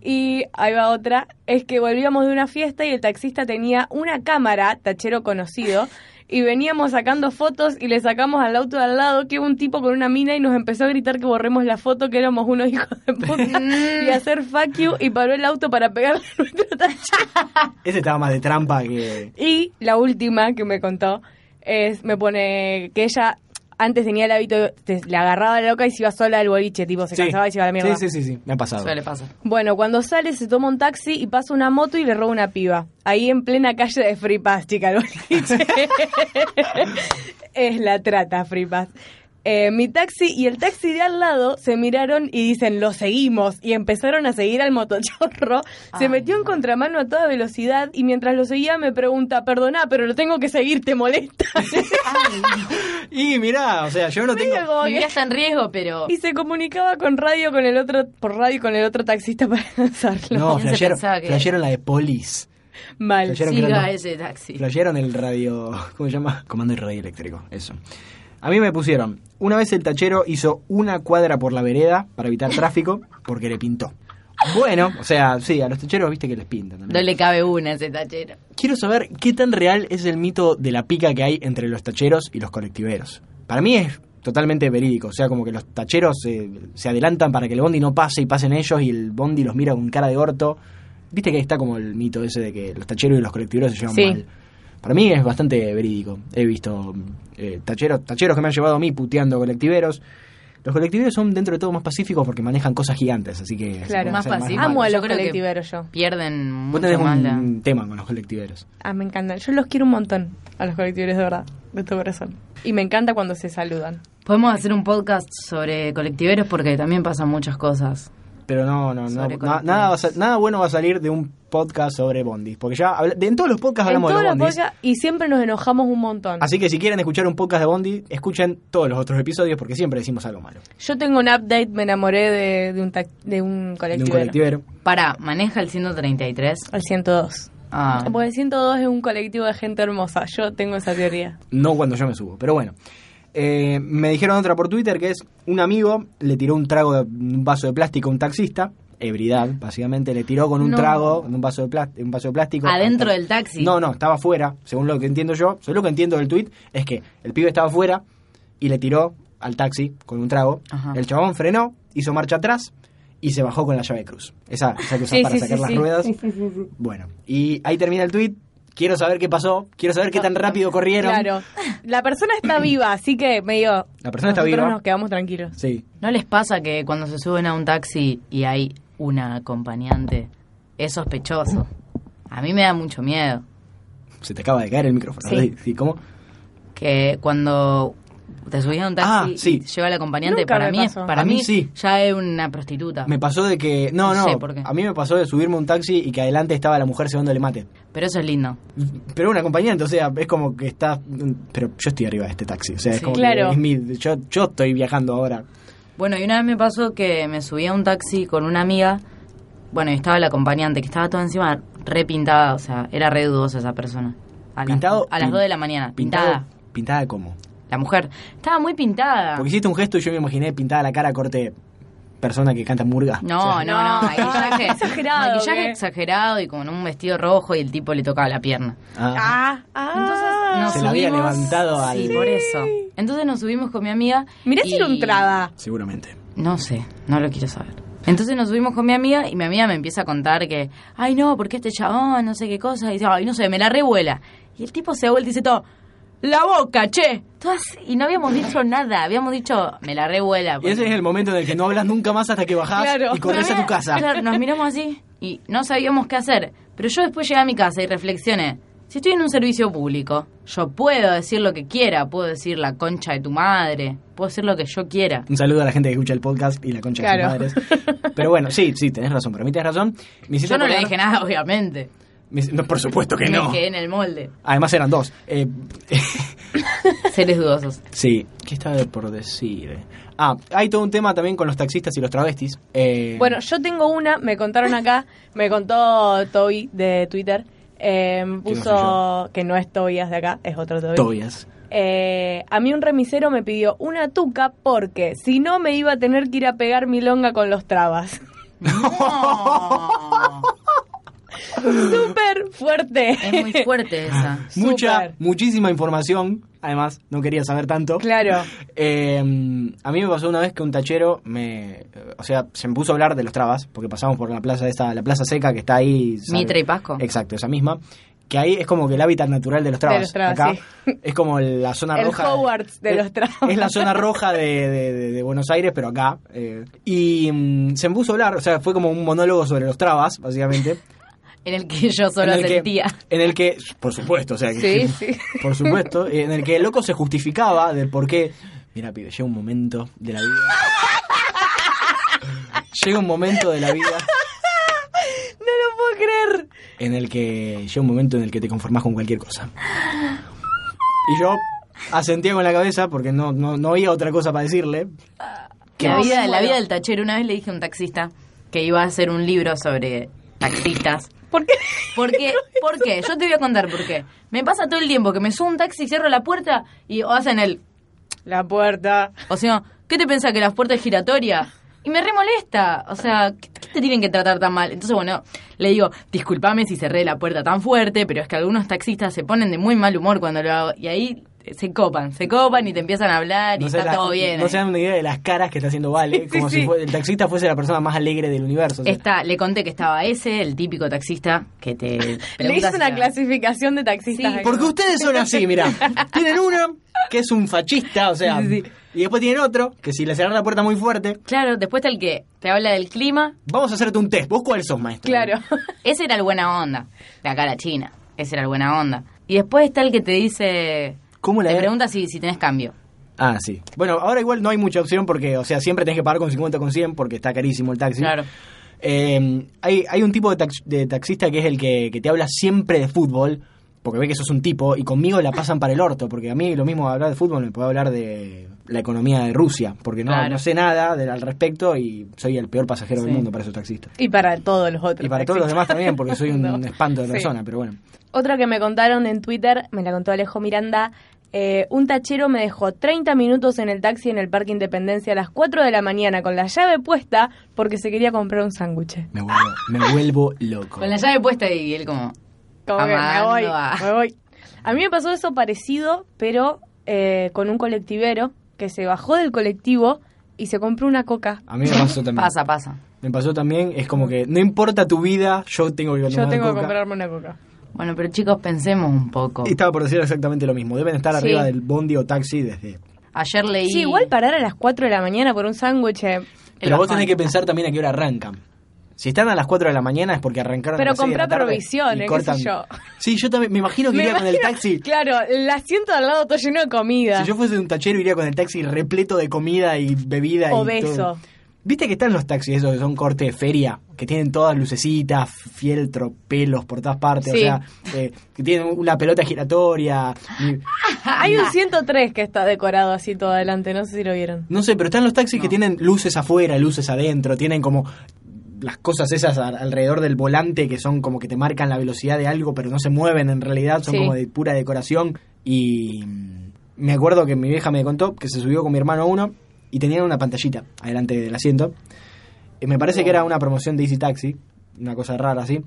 Speaker 1: Y ahí va otra, es que volvíamos de una fiesta y el taxista tenía una cámara, tachero conocido, y veníamos sacando fotos y le sacamos al auto de al lado que iba un tipo con una mina y nos empezó a gritar que borremos la foto, que éramos unos hijos de puta,
Speaker 3: Mm.
Speaker 1: y hacer fuck you, y paró el auto para pegarle a nuestro tachero.
Speaker 3: Ese estaba más de trampa que...
Speaker 1: Y la última que me contó es, me pone que ella antes tenía el hábito, de- te- la agarraba la loca y se iba sola al boliche, tipo, se
Speaker 3: Sí.
Speaker 1: cansaba y se iba a la mierda.
Speaker 3: Sí, sí, sí, sí. Me ha pasado.
Speaker 2: Suele pasar.
Speaker 1: Bueno, cuando sale se toma un taxi y pasa una moto y le roba una piba. Ahí en plena calle de Free Pass, chica, el boliche. es la trata, Free Pass. Eh, mi taxi y el taxi de al lado se miraron y dicen, lo seguimos. Y empezaron a seguir al motochorro. Se metió en contramano a toda velocidad y mientras lo seguía me pregunta, perdoná, pero lo tengo que seguir, ¿te molesta?
Speaker 3: Y mirá, o sea, yo no tengo...
Speaker 1: Medio como
Speaker 2: Mi
Speaker 1: que-
Speaker 2: vida está en riesgo, pero.
Speaker 1: Y se comunicaba con radio con el otro, por radio con el otro taxista para lanzarlo.
Speaker 3: No,
Speaker 2: ¿Quién se
Speaker 3: flashearon,
Speaker 2: pensaba que-
Speaker 3: flashearon la de Polis.
Speaker 1: Mal.
Speaker 3: Flashearon que eran
Speaker 2: Siga
Speaker 3: dos-
Speaker 2: ese taxi.
Speaker 3: Flashearon el radio... ¿Cómo se llama? Comando y radio eléctrico, eso. A mí me pusieron... Una vez el tachero hizo una cuadra por la vereda para evitar tráfico porque le pintó. Bueno, o sea, sí, a los tacheros viste que les pintan también.
Speaker 2: No le cabe una a ese tachero.
Speaker 3: Quiero saber qué tan real es el mito de la pica que hay entre los tacheros y los colectiveros. Para mí es totalmente verídico, o sea, como que los tacheros eh, se adelantan para que el bondi no pase y pasen ellos y el bondi los mira con cara de orto. Viste que ahí está como el mito ese de que los tacheros y los colectiveros se llevan
Speaker 1: Sí.
Speaker 3: mal. Para mí es bastante verídico. He visto eh, tacheros, tacheros que me han llevado a mí puteando colectiveros. Los colectiveros son dentro de todo más pacíficos porque manejan cosas gigantes, así que...
Speaker 1: Claro.
Speaker 3: se pueden
Speaker 1: Más
Speaker 3: hacer
Speaker 2: pacíficos.
Speaker 3: mal.
Speaker 1: Amo a
Speaker 2: Yo
Speaker 1: los
Speaker 2: creo que-
Speaker 1: colectiveros yo.
Speaker 2: Pierden
Speaker 3: Vos
Speaker 2: mucho
Speaker 3: tenés
Speaker 2: más la-
Speaker 3: un tema con los colectiveros.
Speaker 1: Ah, me encantan. Yo los quiero un montón a los colectivos, de verdad, de todo corazón. Y me encanta cuando se saludan.
Speaker 2: Podemos hacer un podcast sobre colectiveros porque también pasan muchas cosas.
Speaker 3: Pero no, no, no.
Speaker 2: Sobre
Speaker 3: na- nada, va a sa- nada bueno va a salir de un podcast sobre bondis. Porque ya habla- de- en todos los podcasts
Speaker 1: En
Speaker 3: hablamos
Speaker 1: todos
Speaker 3: de los
Speaker 1: los
Speaker 3: bondis.
Speaker 1: podcasts y siempre nos enojamos un montón.
Speaker 3: Así que si quieren escuchar un podcast de Bondi, escuchen todos los otros episodios porque siempre decimos algo malo.
Speaker 1: Yo tengo un update, me enamoré de, de un, tac- de un
Speaker 3: De un
Speaker 1: colectivero.
Speaker 3: colectivero.
Speaker 2: Para, maneja el 133.
Speaker 1: El 102.
Speaker 2: Ah,
Speaker 1: Porque el 102 es un colectivo de gente hermosa. Yo tengo esa teoría.
Speaker 3: No cuando yo me subo, pero bueno. Eh, me dijeron otra por Twitter que es un amigo le tiró un trago de un vaso de plástico a un taxista, ebriedad, básicamente, le tiró con un
Speaker 1: No.
Speaker 3: trago, en un vaso de plástico, un vaso de plástico.
Speaker 2: Adentro
Speaker 3: Hasta-
Speaker 2: del taxi.
Speaker 3: No, no, estaba afuera, según lo que entiendo yo, según lo que entiendo del tweet, es que el pibe estaba afuera y le tiró al taxi con un trago.
Speaker 2: Ajá.
Speaker 3: El chabón frenó, hizo marcha atrás y se bajó con la llave de cruz. Esa, esa que usás
Speaker 1: Sí,
Speaker 3: para
Speaker 1: sí,
Speaker 3: sacar
Speaker 1: sí,
Speaker 3: las
Speaker 1: sí.
Speaker 3: ruedas. Bueno, y ahí termina el tweet. Quiero saber qué pasó, quiero saber qué tan rápido corrieron.
Speaker 1: Claro. La persona está viva, así que medio.
Speaker 3: La persona está
Speaker 1: nosotros
Speaker 3: viva.
Speaker 1: nos quedamos tranquilos.
Speaker 3: Sí.
Speaker 2: ¿No les pasa que cuando se suben a un taxi y hay una acompañante, es sospechoso? A mí me da mucho miedo.
Speaker 3: Se te acaba de caer el micrófono.
Speaker 1: Sí.
Speaker 3: Sí, ¿cómo?
Speaker 2: Que cuando te subís a un taxi,
Speaker 3: Ah, sí.
Speaker 2: lleva el acompañante,
Speaker 1: Nunca
Speaker 2: para
Speaker 1: me
Speaker 2: mí,
Speaker 1: pasó.
Speaker 2: para
Speaker 3: A
Speaker 2: mí,
Speaker 3: mí sí.
Speaker 2: ya es una prostituta.
Speaker 3: Me pasó de que. No,
Speaker 2: No
Speaker 3: no.
Speaker 2: sé por qué.
Speaker 3: A mí me pasó de subirme a un taxi y que adelante estaba la mujer el mate.
Speaker 2: Pero eso es lindo.
Speaker 3: Pero una acompañante, o sea, es como que está. Pero yo estoy arriba de este taxi. O sea, es
Speaker 2: Sí.
Speaker 3: como que
Speaker 1: Claro.
Speaker 3: es mi- yo, yo estoy viajando ahora.
Speaker 2: Bueno, y una vez me pasó que me subí a un taxi con una amiga. Bueno, y estaba la acompañante, que estaba toda encima repintada, o sea, era re dudosa esa persona. A las-
Speaker 3: Pintado.
Speaker 2: a las
Speaker 3: pin-
Speaker 2: 2 de la mañana,
Speaker 3: pintado-
Speaker 2: pintada. Ah.
Speaker 3: ¿Pintada como
Speaker 2: La mujer. Estaba muy pintada.
Speaker 3: Porque hiciste un gesto y yo me imaginé pintada la cara, corte. Persona que canta murga.
Speaker 2: No,
Speaker 3: O sea,
Speaker 2: no, no,
Speaker 1: no,
Speaker 2: maquillaje,
Speaker 1: exagerado,
Speaker 2: maquillaje
Speaker 1: ¿qué?
Speaker 2: exagerado y con un vestido rojo y el tipo le tocaba la pierna.
Speaker 3: ah,
Speaker 1: Ah, ah.
Speaker 2: Entonces nos
Speaker 3: Se la había
Speaker 2: subimos-
Speaker 3: levantado al-
Speaker 2: Sí, por eso. Entonces nos subimos con mi amiga.
Speaker 1: Mirá
Speaker 2: y-
Speaker 1: si era un traba.
Speaker 3: Seguramente.
Speaker 2: No sé, no lo quiero saber. Entonces nos subimos con mi amiga y mi amiga me empieza a contar que, ay no, porque este chabón, no sé qué cosa, y dice, ay no sé, me la revuela. Y el tipo se vuelve y dice todo, la boca, che. Todo así, y no habíamos dicho nada, habíamos dicho, me la revuela.
Speaker 3: Y ese es el momento en el que no hablas nunca más hasta que bajás
Speaker 1: Claro.
Speaker 3: y corres a tu casa.
Speaker 2: Claro, nos miramos así y no sabíamos qué hacer. Pero yo después llegué a mi casa y reflexioné. Si estoy en un servicio público, yo puedo decir lo que quiera, puedo decir la concha de tu madre, puedo decir lo que yo quiera.
Speaker 3: Un saludo a la gente que escucha el podcast y la concha
Speaker 1: Claro.
Speaker 3: de sus madres. Pero bueno, sí, sí, tenés razón, para mí tenés razón. Me hiciste
Speaker 2: Yo no le
Speaker 3: acordar-
Speaker 2: dije nada, obviamente.
Speaker 3: Me hice- no, por supuesto que
Speaker 2: Me
Speaker 3: no.
Speaker 2: quedé en el molde.
Speaker 3: Además eran dos. Eh,
Speaker 2: Seres dudosos.
Speaker 3: sí. ¿Qué estaba por decir? Ah, hay todo un tema también con los taxistas y los travestis. Eh,
Speaker 1: Bueno, yo tengo una, me contaron acá, me contó Toby de Twitter. eh, puso que no es Tobias de acá, es otro Toby.
Speaker 3: Tobias.
Speaker 1: Eh, a mí un remisero me pidió una tuca porque si no me iba a tener que ir a pegar milonga con los trabas.
Speaker 2: No.
Speaker 1: Súper fuerte.
Speaker 2: Es muy
Speaker 3: Ah,
Speaker 2: fuerte esa.
Speaker 1: Súper.
Speaker 3: Mucha, muchísima información. Además, no quería saber tanto.
Speaker 1: Claro.
Speaker 3: Eh, a mí me pasó una vez que un tachero me. O sea, se me puso a hablar de los trabas, porque pasamos por la plaza esta, la plaza seca que está ahí. ¿sabe?
Speaker 2: Mitre y Pasco.
Speaker 3: Exacto, esa misma. Que ahí es como que el hábitat natural de los trabas.
Speaker 1: De los trabas,
Speaker 3: Acá
Speaker 1: sí.
Speaker 3: es como la zona
Speaker 1: El
Speaker 3: roja.
Speaker 1: Hogwarts de
Speaker 3: es-
Speaker 1: los trabas.
Speaker 3: Es la zona roja de, de- de- de Buenos Aires, pero acá. eh. y mm, se me puso a hablar, o sea, fue como un monólogo sobre los trabas, básicamente.
Speaker 2: En el que yo solo
Speaker 3: en el
Speaker 2: sentía.
Speaker 3: Que, en el que, por supuesto, o sea, que,
Speaker 1: Sí, sí.
Speaker 3: por supuesto, eh, en el que el loco se justificaba del por qué. Mira, pibe, llega un momento de la vida. llega un momento de la vida
Speaker 1: No lo puedo creer.
Speaker 3: en el que llega un momento en el que te conformás con cualquier cosa. Y yo asentía con la cabeza porque no, no, no había otra cosa para decirle.
Speaker 2: La
Speaker 1: No,
Speaker 2: vida,
Speaker 1: me
Speaker 2: la
Speaker 1: muero.
Speaker 2: vida del tachero. Una vez le dije a un taxista que iba a hacer un libro sobre taxistas.
Speaker 1: ¿Por qué?
Speaker 2: ¿Por qué? ¿Por qué? Yo te voy a contar por qué. Me pasa todo el tiempo que me subo a un taxi, cierro la puerta y o hacen el...
Speaker 1: La puerta.
Speaker 2: O sea, ¿qué te pensás que la puerta es giratoria? Y me re molesta. O sea, ¿qué, qué te tienen que tratar tan mal? Entonces, bueno, le digo, discúlpame si cerré la puerta tan fuerte, pero es que algunos taxistas se ponen de muy mal humor cuando lo hago. Y ahí eh, se copan, se copan y te empiezan a hablar y
Speaker 3: se
Speaker 2: está
Speaker 3: la-
Speaker 2: todo bien.
Speaker 3: no
Speaker 2: ¿eh?
Speaker 3: se dan una idea de las caras que está haciendo Vale, como si
Speaker 1: sí.
Speaker 3: fue- el taxista fuese la persona más alegre del universo. o sea.
Speaker 2: Está, le conté que estaba ese, el típico taxista que te
Speaker 1: Le
Speaker 2: pregunta
Speaker 1: hice
Speaker 2: si
Speaker 1: una
Speaker 2: la-
Speaker 1: clasificación de taxistas.
Speaker 2: Sí,
Speaker 1: acá.
Speaker 3: Porque ustedes son así, mirá. Tienen uno que es un fascista, o sea.
Speaker 2: Sí, sí.
Speaker 3: Y después tienen otro que si le cerrás la puerta muy fuerte,
Speaker 2: Claro, después está el que te habla del clima.
Speaker 3: vamos a hacerte un test. ¿Vos cuál sos, maestro?
Speaker 1: Claro.
Speaker 2: Ese era el buena onda. De acá a la China. Ese era el buena onda. Y después está el que te dice...
Speaker 3: ¿Cómo la
Speaker 2: Te
Speaker 3: ve?
Speaker 2: pregunta si, si tenés cambio.
Speaker 3: Ah, sí. Bueno, ahora igual no hay mucha opción porque, o sea, siempre tenés que pagar con 50 o con 100 porque está carísimo el taxi.
Speaker 2: Claro.
Speaker 3: Eh, hay, hay un tipo de, tax- de taxista que es el que, que te habla siempre de fútbol, porque ve que sos un tipo, y conmigo la pasan para el orto, porque a mí lo mismo hablar de fútbol me puede hablar de la economía de Rusia, porque no,
Speaker 2: Claro.
Speaker 3: no sé nada del, al respecto y soy el peor pasajero del
Speaker 4: Sí.
Speaker 3: mundo para esos taxistas.
Speaker 1: Y para todos los otros.
Speaker 3: Y para todos los demás
Speaker 1: taxistas.
Speaker 3: también, porque soy un este.
Speaker 1: No.
Speaker 3: espanto de
Speaker 1: Sí.
Speaker 3: persona, pero bueno.
Speaker 1: Otra que me contaron en Twitter, me la contó Alejo Miranda. eh, un tachero me dejó 30 minutos en el taxi en el Parque Independencia a las 4 de la mañana con la llave puesta porque se quería comprar un sándwich.
Speaker 3: Me vuelvo, me vuelvo loco.
Speaker 2: Con la llave puesta y él como...
Speaker 1: Como que me
Speaker 2: Amando
Speaker 1: voy,
Speaker 2: a-
Speaker 1: me voy. A mí me pasó eso parecido, pero eh, con un colectivero que se bajó del colectivo y se compró una coca.
Speaker 3: A mí me pasó también.
Speaker 2: Pasa, pasa.
Speaker 3: Me pasó también, es como que no importa tu vida, yo tengo que
Speaker 1: Yo
Speaker 3: tomar
Speaker 1: tengo que
Speaker 3: coca.
Speaker 1: comprarme una coca.
Speaker 2: Bueno, pero chicos, pensemos un poco.
Speaker 3: Y Estaba por decir exactamente lo mismo. Deben estar
Speaker 1: Sí.
Speaker 3: arriba del bondi o taxi desde.
Speaker 2: Ayer leí...
Speaker 1: Sí, igual parar a las 4 de la mañana por un sándwich. eh.
Speaker 3: Pero vos
Speaker 2: bajón.
Speaker 3: tenés que pensar también a qué hora arrancan. Si están a las 4 de la mañana es porque arrancaron
Speaker 1: Pero
Speaker 3: a las seis de la
Speaker 1: comprá
Speaker 3: tarde
Speaker 1: provisiones,
Speaker 3: y
Speaker 1: qué sé
Speaker 3: cortan.
Speaker 1: yo.
Speaker 3: Sí, yo también. Me imagino que
Speaker 1: Me
Speaker 3: iría con el
Speaker 1: imagino-
Speaker 3: taxi.
Speaker 1: Claro, el asiento de al lado todo lleno de comida.
Speaker 3: Si yo fuese un tachero, iría con el taxi repleto de comida y bebida y
Speaker 1: Obeso.
Speaker 3: todo. ¿Viste que están los taxis esos que son corte de feria? Que tienen todas lucecitas, fieltro, pelos por todas partes.
Speaker 1: Sí.
Speaker 3: O sea, eh, que tienen una pelota giratoria. y-
Speaker 1: Hay un 103 que está decorado así todo adelante, no sé si lo vieron.
Speaker 3: No sé, pero están los taxis que tienen luces afuera, luces adentro, tienen como las cosas esas a- alrededor del volante que son como que te marcan la velocidad de algo, pero no se mueven en realidad, son
Speaker 1: Sí.
Speaker 3: como de pura decoración. Y mm, me acuerdo que mi vieja me contó que se subió con mi hermano a uno y tenían una pantallita adelante del asiento. Y me parece que era una promoción de Easy Taxi, una cosa rara así.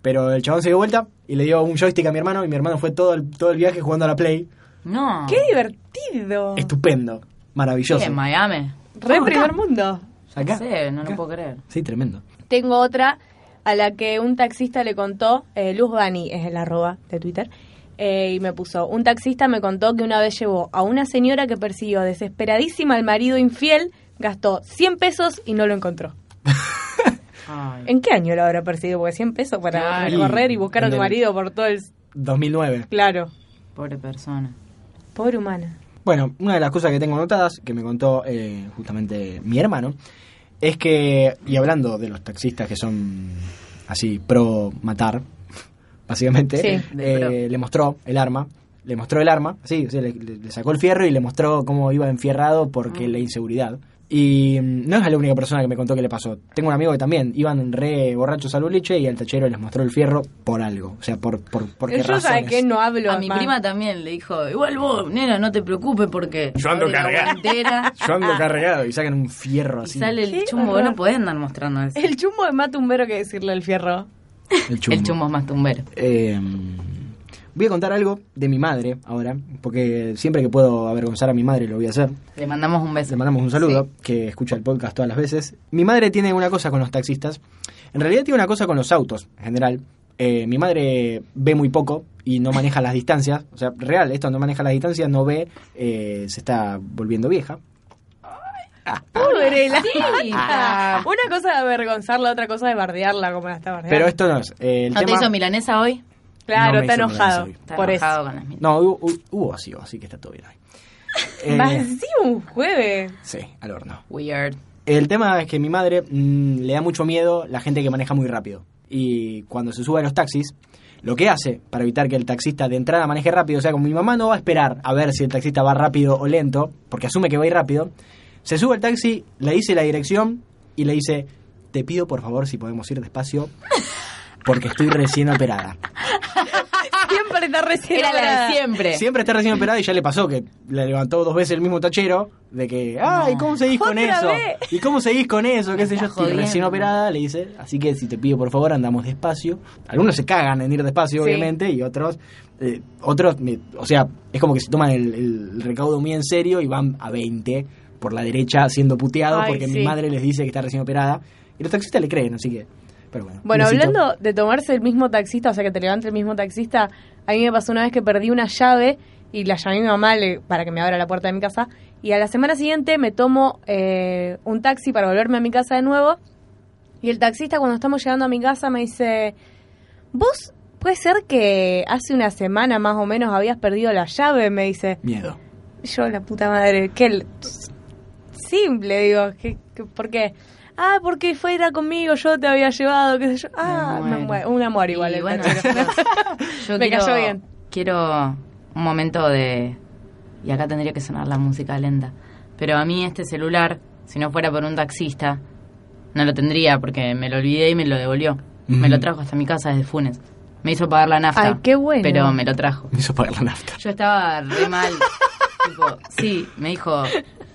Speaker 3: Pero el chabón se dio vuelta y le dio un joystick a mi hermano y mi hermano fue todo el, todo el viaje jugando a la Play.
Speaker 2: No.
Speaker 1: ¡Qué divertido!
Speaker 3: Estupendo, maravilloso.
Speaker 2: Sí, en Miami.
Speaker 1: Re primer mundo.
Speaker 3: Acá.
Speaker 2: No sé, no lo
Speaker 3: Acá.
Speaker 2: puedo creer.
Speaker 3: Sí, tremendo.
Speaker 1: Tengo otra a la que un taxista le contó, eh, Luz Bani es el arroba de Twitter, eh, y me puso, un taxista me contó que una vez llevó a una señora que persiguió desesperadísima al marido infiel, gastó 100 pesos y no lo encontró.
Speaker 2: Ay.
Speaker 1: ¿En qué año lo habrá perseguido? Porque 100 pesos para
Speaker 2: Claro.
Speaker 1: recorrer y buscar a
Speaker 3: En
Speaker 1: tu
Speaker 3: el-
Speaker 1: marido por todo el...
Speaker 3: 2009.
Speaker 1: Claro.
Speaker 2: Pobre persona.
Speaker 1: Pobre humana.
Speaker 3: Bueno, una de las cosas que tengo anotadas, que me contó eh, justamente mi hermano, es que, y hablando de los taxistas que son así pro matar, básicamente,
Speaker 1: Sí,
Speaker 2: de
Speaker 3: eh,
Speaker 2: pro.
Speaker 3: le mostró el arma. Le mostró el arma, sí, sí, le, le- le sacó el fierro y le mostró cómo iba enfierrado porque la inseguridad. Y mm, no es la única persona que me contó que le pasó. Tengo un amigo que también iban re borrachos al boliche y al tachero les mostró el fierro por algo. O sea, por, por, por qué
Speaker 1: Yo sabes
Speaker 3: razones.
Speaker 1: que no hablo
Speaker 2: a mi
Speaker 1: más.
Speaker 2: prima también le dijo, igual vos, nena, no te preocupes porque...
Speaker 3: Yo ando
Speaker 2: abre la
Speaker 3: cargada.
Speaker 2: guantera
Speaker 3: Yo ando cargado y sacan un fierro
Speaker 2: Y
Speaker 3: así.
Speaker 2: sale
Speaker 1: Qué
Speaker 2: el chumbo, vos
Speaker 1: horror.
Speaker 2: no podés andar mostrando eso.
Speaker 1: El chumbo de Matumbero que decirle el fierro.
Speaker 3: El chumbo.
Speaker 2: El chumbo es más tumbero.
Speaker 3: Eh, voy a contar algo de mi madre ahora, porque siempre que puedo avergonzar a mi madre lo voy a hacer.
Speaker 2: Le mandamos un beso.
Speaker 3: Le mandamos un saludo, que escucha el podcast todas las veces. Mi madre tiene una cosa con los taxistas. En realidad tiene una cosa con los autos, en general. Eh, mi madre ve muy poco y no maneja las distancias. O sea, real, esto no maneja las distancias, no ve, eh, se está volviendo vieja.
Speaker 1: Pobre la
Speaker 2: Ah, Sí,
Speaker 1: Ah,
Speaker 2: pa.
Speaker 1: Una cosa es avergonzarla, otra cosa es bardearla como la está bardeando.
Speaker 3: Pero esto no es. eh, el
Speaker 2: ¿No te
Speaker 3: tema-
Speaker 2: hizo milanesa hoy?
Speaker 1: claro,
Speaker 3: no me
Speaker 1: está
Speaker 3: hizo
Speaker 1: enojado.
Speaker 3: milanesa hoy.
Speaker 2: Está
Speaker 1: por
Speaker 2: enojado
Speaker 1: eso.
Speaker 2: con las minas.
Speaker 3: No, hubo, hu- hubo ocio, así que está todo bien hoy. Eh,
Speaker 1: Más encima un jueves.
Speaker 3: sí, al horno.
Speaker 2: Weird.
Speaker 3: El tema es que mi madre mm, le da mucho miedo la gente que maneja muy rápido. Y cuando se sube a los taxis, lo que hace para evitar que el taxista de entrada maneje rápido, o sea, como mi mamá no va a esperar a ver si el taxista va rápido o lento, porque asume que va a ir rápido, se sube al taxi, le dice la dirección y le dice, te pido por favor si podemos ir despacio, porque estoy recién operada.
Speaker 1: Siempre está recién.
Speaker 2: Era la
Speaker 1: operada.
Speaker 2: de siempre.
Speaker 3: Siempre está recién operada y ya le pasó que le levantó dos veces el mismo tachero de que, ay, ¿cómo seguís con
Speaker 1: Otra
Speaker 3: eso?
Speaker 1: vez.
Speaker 3: ¿Y cómo seguís con eso? ¿Qué sé yo?
Speaker 2: estás
Speaker 3: Estoy recién
Speaker 2: jodiendo.
Speaker 3: operada, le dice. Así que si te pido por favor, andamos despacio. Algunos se cagan en ir despacio,
Speaker 1: Sí.
Speaker 3: obviamente, y otros, eh, otros, me- o sea, es como que se toman el, el recaudo muy en serio y van a 20 por la derecha siendo puteados
Speaker 1: Ay,
Speaker 3: porque
Speaker 1: sí.
Speaker 3: mi madre les dice que está recién operada. Y los taxistas le creen, así que, pero bueno.
Speaker 1: Bueno,
Speaker 3: besito.
Speaker 1: hablando de tomarse el mismo taxista, o sea, que te levante el mismo taxista, a mí me pasó una vez que perdí una llave y la llamé a mi mamá le- para que me abra la puerta de mi casa. Y a la semana siguiente me tomo eh, un taxi para volverme a mi casa de nuevo. Y el taxista, cuando estamos llegando a mi casa, me dice: ¿Vos puede ser que hace una semana más o menos habías perdido la llave? Me dice.
Speaker 3: Miedo.
Speaker 1: Yo, la puta madre, que el... Simple, digo, ¿qué, qué- por qué? ah, porque fue era conmigo, yo te había llevado, qué sé yo. Ah, me
Speaker 2: muero.
Speaker 1: muero. un amor igual.
Speaker 2: Y
Speaker 1: el
Speaker 2: bueno,
Speaker 1: tachero.
Speaker 2: Yo
Speaker 1: Me
Speaker 2: quiero,
Speaker 1: cayó bien.
Speaker 2: Quiero un momento de. Y acá tendría que sonar la música lenta. Pero a mí este celular, si no fuera por un taxista, no lo tendría porque me lo olvidé y me lo devolvió. Me lo trajo hasta mi casa desde Funes. Me hizo pagar la nafta.
Speaker 1: Ay, qué bueno.
Speaker 2: Pero me lo trajo.
Speaker 3: Me hizo pagar la nafta.
Speaker 2: Yo estaba re mal. tipo, sí, me dijo.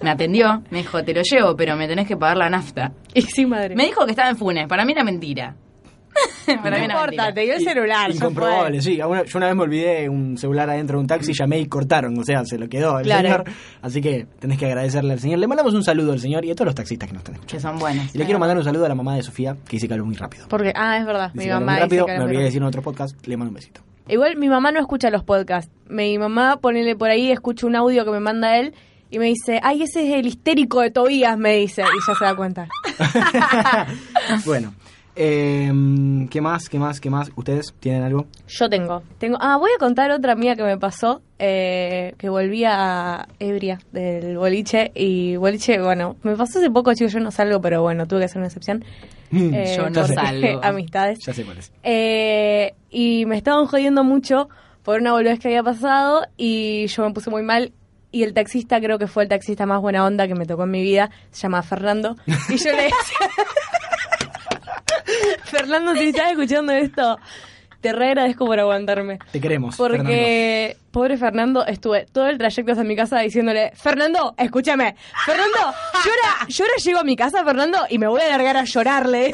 Speaker 2: Me atendió, me dijo, te lo llevo, pero me tenés que pagar la nafta.
Speaker 1: y sí, madre.
Speaker 2: Me dijo que estaba en Funes. Para mí era mentira. Para
Speaker 1: no
Speaker 2: mí era
Speaker 1: importa,
Speaker 2: mentira.
Speaker 1: te dio el celular. ya
Speaker 3: Incomprobable, sí. Alguna- Yo una vez me olvidé un celular adentro de un taxi, llamé y cortaron. O sea, se lo quedó el
Speaker 1: Claro.
Speaker 3: señor. Así que tenés que agradecerle al señor. Le mandamos un saludo al señor y a todos los taxistas que nos están escuchando.
Speaker 2: Que son buenas.
Speaker 3: Y le quiero mandar un saludo a la mamá de Sofía, que dice que hablo muy rápido.
Speaker 1: fue. Porque, ah, es verdad,
Speaker 3: Dice
Speaker 1: mi
Speaker 3: que hablo
Speaker 1: mamá
Speaker 3: muy
Speaker 1: dice
Speaker 3: rápido,
Speaker 1: que
Speaker 3: me
Speaker 1: era
Speaker 3: olvidé de
Speaker 1: muy
Speaker 3: decir en otro podcast, le mando un besito.
Speaker 1: Igual mi mamá no escucha los podcasts. Mi mamá, ponele por ahí, escucha un audio que me manda él y me dice, ay, ese es el histérico de Tobías, me dice. Y ya se da cuenta.
Speaker 3: bueno, eh, ¿qué más? ¿Qué más? ¿Qué más? ¿Ustedes tienen algo?
Speaker 1: Yo tengo. tengo ah, voy a contar otra mía que me pasó, eh, que volví a ebria del boliche. Y boliche, bueno, me pasó hace poco, chicos, yo no salgo, pero bueno, tuve que hacer una excepción.
Speaker 3: Mm,
Speaker 1: Eh,
Speaker 2: yo no
Speaker 1: porque-
Speaker 2: salgo.
Speaker 1: amistades.
Speaker 3: Ya sé cuál es.
Speaker 1: Eh, y me estaban jodiendo mucho por una boludez que había pasado y yo me puse muy mal. Y el taxista, creo que fue el taxista más buena onda que me tocó en mi vida, se llama Fernando. Y yo le decía... Fernando, si estás escuchando esto, te re agradezco por aguantarme.
Speaker 3: Te queremos. Fernando.
Speaker 1: Porque, pobre Fernando, estuve todo el trayecto hasta mi casa diciéndole, Fernando, escúchame, Fernando, yo ahora, yo ahora llego a mi casa, Fernando, y me voy a largar a llorarle.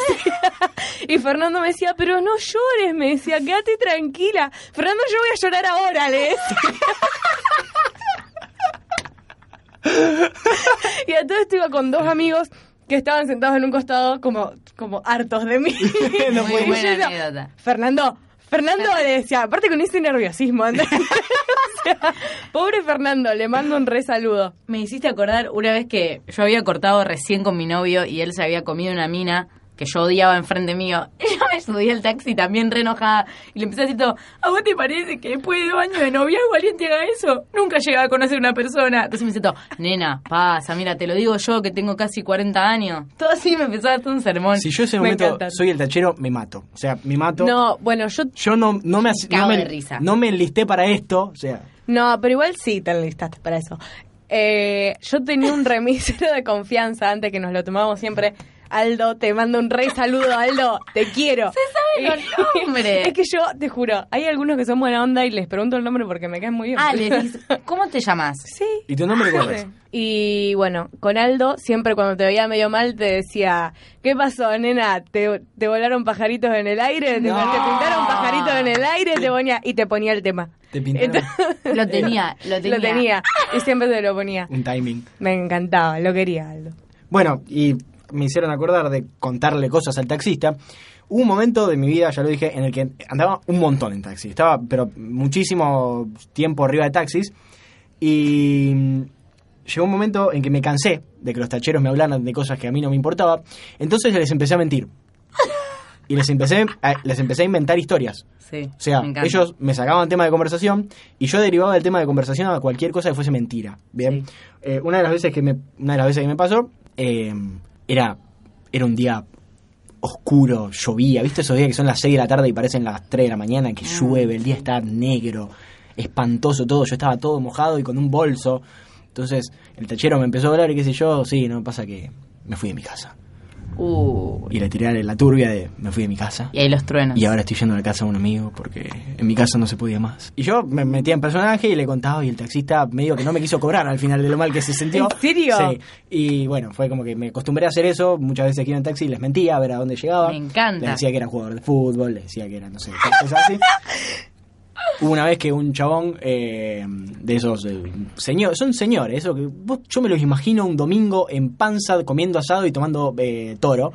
Speaker 1: Y Fernando me decía, pero no llores, me decía, quédate tranquila. Fernando, yo voy a llorar ahora, le decía. Y entonces estuve con dos amigos que estaban sentados en un costado como, como hartos de mí.
Speaker 3: No
Speaker 2: Muy
Speaker 1: Y
Speaker 3: puede
Speaker 1: yo
Speaker 2: buena
Speaker 1: decía,
Speaker 2: anécdota.
Speaker 1: Fernando, Fernando le decía, aparte con ese nerviosismo, ¿entendés? O sea, pobre Fernando, le mando un re saludo.
Speaker 2: Me hiciste acordar una vez que yo había cortado recién con mi novio y él se había comido una mina que yo odiaba enfrente mío. Y yo me subí al taxi también re enojada y le empecé a decir todo, ¿a vos te parece que después de dos años de noviazgo alguien te haga eso? Nunca llegaba a conocer una persona. Entonces me dice todo, nena, pasa, mira, te lo digo yo que tengo casi 40 años. Todo así me empezó a dar un sermón.
Speaker 3: Si yo en ese
Speaker 1: Me
Speaker 3: momento
Speaker 1: encantan.
Speaker 3: soy el tachero, me mato. O sea, me mato.
Speaker 1: No, bueno, yo...
Speaker 3: Yo no, no me, as- no,
Speaker 2: Cago
Speaker 3: me
Speaker 2: de risa.
Speaker 3: no me enlisté para esto. O sea,
Speaker 1: No, pero igual sí te enlistaste para eso. Eh, yo tenía un remisero de confianza antes que nos lo tomábamos siempre. Aldo, te mando un re saludo, Aldo, te quiero. Se
Speaker 2: saben los nombres.
Speaker 1: Es que yo, te juro, hay algunos que son buena onda y les pregunto el nombre porque me caen muy bien.
Speaker 2: Ah, le dices, ¿cómo te llamas?
Speaker 1: Sí.
Speaker 3: ¿y tu nombre cuál es?
Speaker 1: Y bueno, con Aldo, siempre cuando te veía medio mal, te decía: ¿Qué pasó, nena? ¿Te, te volaron pajaritos en el aire? ¿Te,
Speaker 3: No.
Speaker 1: te pintaron pajaritos en el aire? Te ponía, y te ponía el tema.
Speaker 3: Te pintaron
Speaker 2: Lo tenía, lo tenía.
Speaker 1: Lo tenía. Y siempre te lo ponía.
Speaker 3: un timing.
Speaker 1: Me encantaba, lo quería Aldo.
Speaker 3: Bueno, y me hicieron acordar de contarle cosas al taxista. Hubo un momento de mi vida, ya lo dije, en el que andaba un montón en taxi. Estaba, pero muchísimo tiempo arriba de taxis. Y mm, llegó un momento en que me cansé de que los tacheros me hablaran de cosas que a mí no me importaba. Entonces les empecé a mentir. Y les empecé, a- les empecé a inventar historias.
Speaker 2: Sí,
Speaker 3: O sea,
Speaker 2: me encanta.
Speaker 3: ellos me sacaban tema de conversación y yo derivaba del tema de conversación a cualquier cosa que fuese mentira. Bien. Eh, una de las veces que me, una de las veces que me pasó, eh, era, era un día oscuro, llovía, ¿viste esos días que son las 6 de la tarde y parecen las 3 de la mañana,
Speaker 2: Ah.
Speaker 3: que llueve, el día está negro, espantoso todo, yo estaba todo mojado y con un bolso. Entonces, el tachero me empezó a hablar y qué sé yo, sí, no pasa que me fui de mi casa.
Speaker 2: Uh,
Speaker 3: Y le tiré la turbia de me fui de mi casa.
Speaker 2: y ahí los truenos.
Speaker 3: Y ahora estoy yendo a la casa de un amigo porque en mi casa no se podía más. Y yo me metía en personaje y le contaba y el taxista medio que no me quiso cobrar al final de lo mal que se sintió.
Speaker 1: ¿En serio?
Speaker 3: Sí. Y bueno, fue como que me acostumbré a hacer eso. Muchas veces que iba en taxi les mentía a ver a dónde llegaba.
Speaker 2: Me encanta.
Speaker 3: Les decía que era jugador de fútbol, les decía que era, no sé, cosas así. Hubo una vez que un chabón eh, de esos eh, señor- son señores, eso que vos- yo me los imagino un domingo en panza comiendo asado y tomando eh, toro.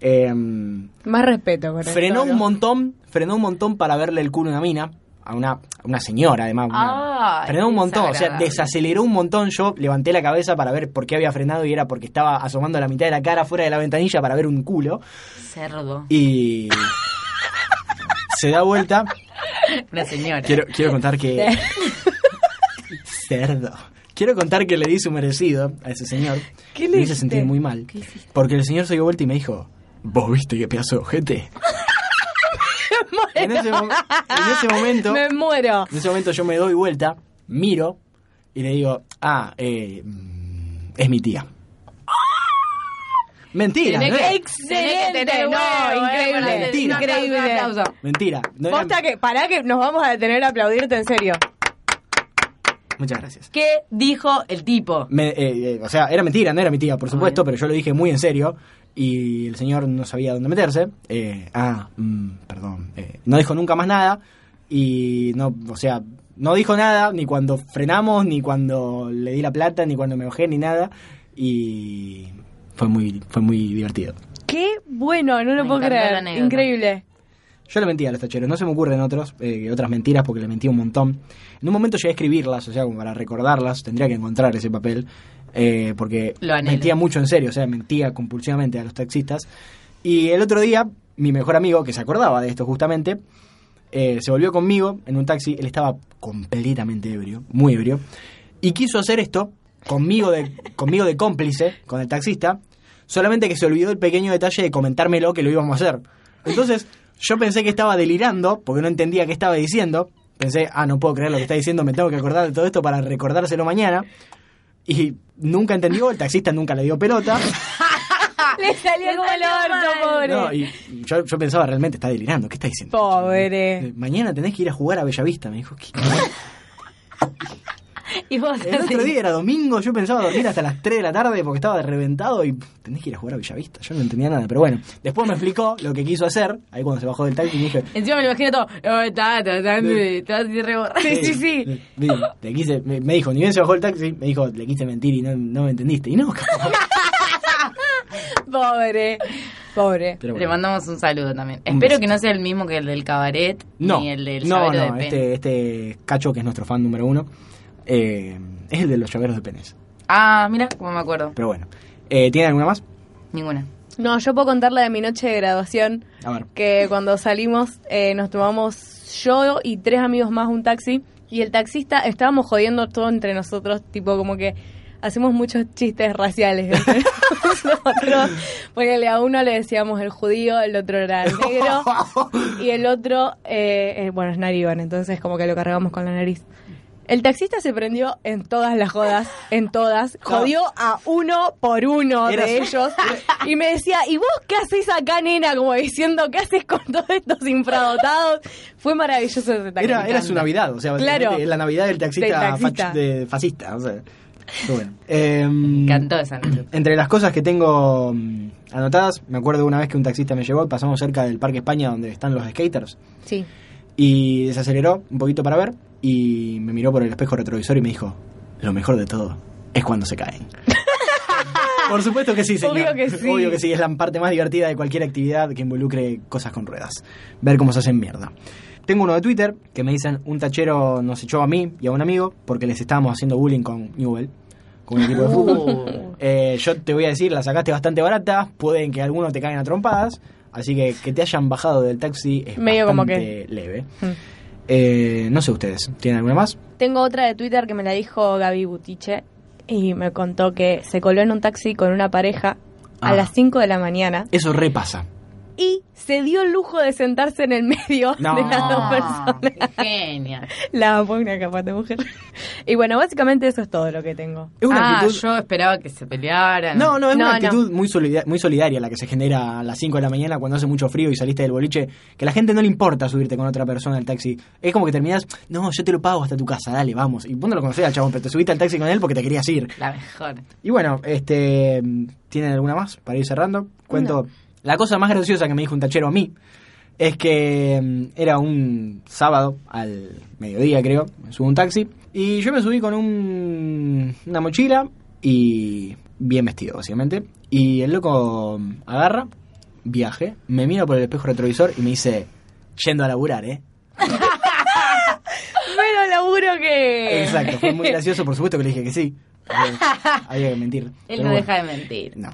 Speaker 3: Em,
Speaker 1: Más respeto, por
Speaker 3: frenó un montón, frenó un montón para verle el culo a una mina, a una, a una señora además. una-
Speaker 2: Ah,
Speaker 3: frenó un montón, o sea,
Speaker 2: desagradable.
Speaker 3: desaceleró un montón. Yo levanté la cabeza para ver por qué había frenado y era porque estaba asomando la mitad de la cara fuera de la ventanilla para ver un culo.
Speaker 2: Cerdo.
Speaker 3: Y se da vuelta.
Speaker 2: Una señora.
Speaker 3: Quiero, quiero contar que... Cerdo. Quiero contar que le di su merecido a ese señor.
Speaker 1: ¿Qué le
Speaker 3: me hice
Speaker 1: hiciste?
Speaker 3: sentir muy mal. Porque el señor se dio vuelta y me dijo, ¿vos viste qué pedazo de ojete? en, ese mo- en ese momento...
Speaker 1: Me muero.
Speaker 3: En ese momento yo me doy vuelta, miro y le digo, ah, eh, mm, es mi tía.
Speaker 1: ¡Ah!
Speaker 3: Mentira,
Speaker 2: Tiene
Speaker 3: no era-
Speaker 2: que-
Speaker 1: Excelente,
Speaker 2: Tenés que tener
Speaker 1: no,
Speaker 2: huevo, eh, para
Speaker 1: increíble,
Speaker 2: hacer-
Speaker 3: Mentira.
Speaker 2: Un aplauso, un
Speaker 1: increíble.
Speaker 2: aplauso.
Speaker 3: mentira. no era-
Speaker 1: Posta que, pará que nos vamos a detener a aplaudirte en serio.
Speaker 3: Muchas gracias.
Speaker 2: ¿Qué dijo el tipo?
Speaker 3: Me- eh, eh, o sea, era mentira, no era mi tía, por supuesto, pero yo lo dije muy en serio y el señor no sabía dónde meterse. Eh, ah, mm, perdón. eh, no dijo nunca más nada y no, o sea, no dijo nada ni cuando frenamos, ni cuando le di la plata, ni cuando me ojé, ni nada. Y fue muy, fue muy divertido.
Speaker 1: Qué bueno, no lo
Speaker 2: Me
Speaker 1: puedo
Speaker 2: encantó la
Speaker 1: creer.
Speaker 2: anécdota.
Speaker 1: Increíble.
Speaker 3: Yo le mentí a los tacheros, no se me ocurren otros, eh, otras mentiras porque le mentí un montón. En un momento llegué a escribirlas, o sea, como para recordarlas, tendría que encontrar ese papel, eh, porque
Speaker 2: Lo anhelo.
Speaker 3: mentía mucho en serio, o sea, mentía compulsivamente a los taxistas. Y el otro día, mi mejor amigo, que se acordaba de esto justamente, eh, se volvió conmigo en un taxi, él estaba completamente ebrio, muy ebrio, y quiso hacer esto conmigo de, conmigo de cómplice, con el taxista, solamente que se olvidó el pequeño detalle de comentármelo que lo íbamos a hacer. Entonces, yo pensé que estaba delirando, porque no entendía qué estaba diciendo. Pensé, ah, no puedo creer lo que está diciendo, me tengo que acordar de todo esto para recordárselo mañana. Y nunca entendió, el taxista nunca le dio pelota.
Speaker 2: Ah,
Speaker 1: Le salió como el orto, pobre.
Speaker 3: No, y y yo, yo pensaba, realmente está delirando, ¿qué está diciendo?
Speaker 1: Pobre.
Speaker 3: Eh, Mañana tenés que ir a jugar a Bellavista, me dijo. ¿Qué?
Speaker 2: Y vos
Speaker 3: El otro día era domingo, yo pensaba dormir hasta las 3 de la tarde porque estaba reventado y tenés que ir a jugar a Bellavista. Yo no entendía nada, pero bueno. Después me explicó lo que quiso hacer, ahí cuando se bajó del taxi y dije,
Speaker 2: Encima me lo imagino todo. "Oh, ta, ta, ta, mi, ta, ti, re borracho".
Speaker 1: Sí, sí, sí.
Speaker 3: Le- le- eh, le quise- me, me dijo, ni bien se bajó el taxi, me dijo, le quise mentir y no, no me entendiste. Y no, capaz.
Speaker 1: Pobre. Pobre.
Speaker 3: Pero
Speaker 2: Le
Speaker 3: bueno.
Speaker 2: mandamos un saludo también. Espero
Speaker 3: besito.
Speaker 2: que no sea el mismo que el del cabaret
Speaker 3: No,
Speaker 2: ni el del
Speaker 3: no,
Speaker 2: llavero de
Speaker 3: no,
Speaker 2: pene.
Speaker 3: este, este cacho que es nuestro fan número uno, eh, es el de los llaveros de penes.
Speaker 2: Ah, mira, como me acuerdo.
Speaker 3: Pero bueno, eh, ¿tienen alguna más?
Speaker 2: Ninguna.
Speaker 1: No, yo puedo contar la de mi noche de graduación.
Speaker 3: A ver.
Speaker 1: que cuando salimos eh, nos tomamos yo y tres amigos más un taxi y el taxista estábamos jodiendo todo entre nosotros, tipo como que hacemos muchos chistes raciales entre nosotros, porque a uno le decíamos el judío, el otro era el negro y el otro, eh, eh, bueno, es narigón, entonces como que lo cargamos con la nariz. El taxista se prendió en todas las jodas, en todas.
Speaker 3: Claro.
Speaker 1: Jodió a uno por uno
Speaker 3: Era
Speaker 1: de
Speaker 3: su-
Speaker 1: ellos. Y me decía, ¿y vos qué haces acá, nena? Como diciendo, ¿qué haces con todos estos infradotados? Fue maravilloso ese taxista.
Speaker 3: Era, era su Navidad, o sea,
Speaker 1: Claro.
Speaker 3: básicamente es la Navidad del taxista,
Speaker 1: Del taxista.
Speaker 3: fach- de fascista. O sea. Pero bueno. Em,
Speaker 2: Cantó esa noche.
Speaker 3: Entre las cosas que tengo mm, anotadas, me acuerdo una vez que un taxista me llevó, pasamos cerca del Parque España donde están los skaters,
Speaker 1: Sí.
Speaker 3: y desaceleró un poquito para ver, y me miró por el espejo retrovisor y me dijo, lo mejor de todo es cuando se caen. por supuesto que sí, señor.
Speaker 1: Obvio que sí.
Speaker 3: Obvio que sí, es la parte más divertida de cualquier actividad que involucre cosas con ruedas. Ver cómo se hacen mierda. Tengo uno de Twitter que me dicen, un tachero nos echó a mí y a un amigo porque les estábamos haciendo bullying con Newell, con un equipo de fútbol. Eh, yo te voy a decir, la sacaste bastante barata, pueden que algunos te caigan a trompadas, así que que te hayan bajado del taxi es
Speaker 1: Medio como
Speaker 3: bastante leve.
Speaker 1: Mm.
Speaker 3: Eh, no sé ustedes, ¿tienen alguna más?
Speaker 1: Tengo otra de Twitter que me la dijo Gaby Butiche y me contó que se coló en un taxi con una pareja a
Speaker 3: Ah.
Speaker 1: las 5 de la mañana
Speaker 3: Eso repasa.
Speaker 1: y se dio el lujo de sentarse en el medio
Speaker 3: No.
Speaker 1: de las
Speaker 3: Ah,
Speaker 1: dos personas.
Speaker 2: Genia.
Speaker 1: La amo, una capaz de mujer. Y bueno, básicamente eso es todo lo que tengo.
Speaker 3: Es una
Speaker 2: ah,
Speaker 3: actitud...
Speaker 2: yo esperaba que se pelearan.
Speaker 3: No, no, es
Speaker 1: No,
Speaker 3: una
Speaker 1: no.
Speaker 3: actitud muy, solida- muy solidaria la que se genera a las 5 de la mañana cuando hace mucho frío y saliste del boliche, que a la gente no le importa subirte con otra persona al taxi. Es como que terminás, no, yo te lo pago hasta tu casa, dale, vamos. Y vos no lo conocés al chabón, pero te subiste al taxi con él porque te querías ir.
Speaker 2: La mejor.
Speaker 3: Y bueno, este ¿tienen alguna más para ir cerrando? Cuento. La cosa más graciosa que me dijo un tachero a mí es que mm, era un sábado al mediodía, creo. Me subo a un taxi y yo me subí con un, una mochila y bien vestido, básicamente. Y el loco mm, agarra, viaje, me mira por el espejo retrovisor y me dice: Yendo a laburar, ¿eh?
Speaker 1: Menos laburo que.
Speaker 2: Eh.
Speaker 3: Exacto, fue muy gracioso, por supuesto que le dije que sí. Eh, Había que mentir.
Speaker 2: Él
Speaker 3: pero
Speaker 2: no
Speaker 3: bueno.
Speaker 2: deja de mentir.
Speaker 3: No.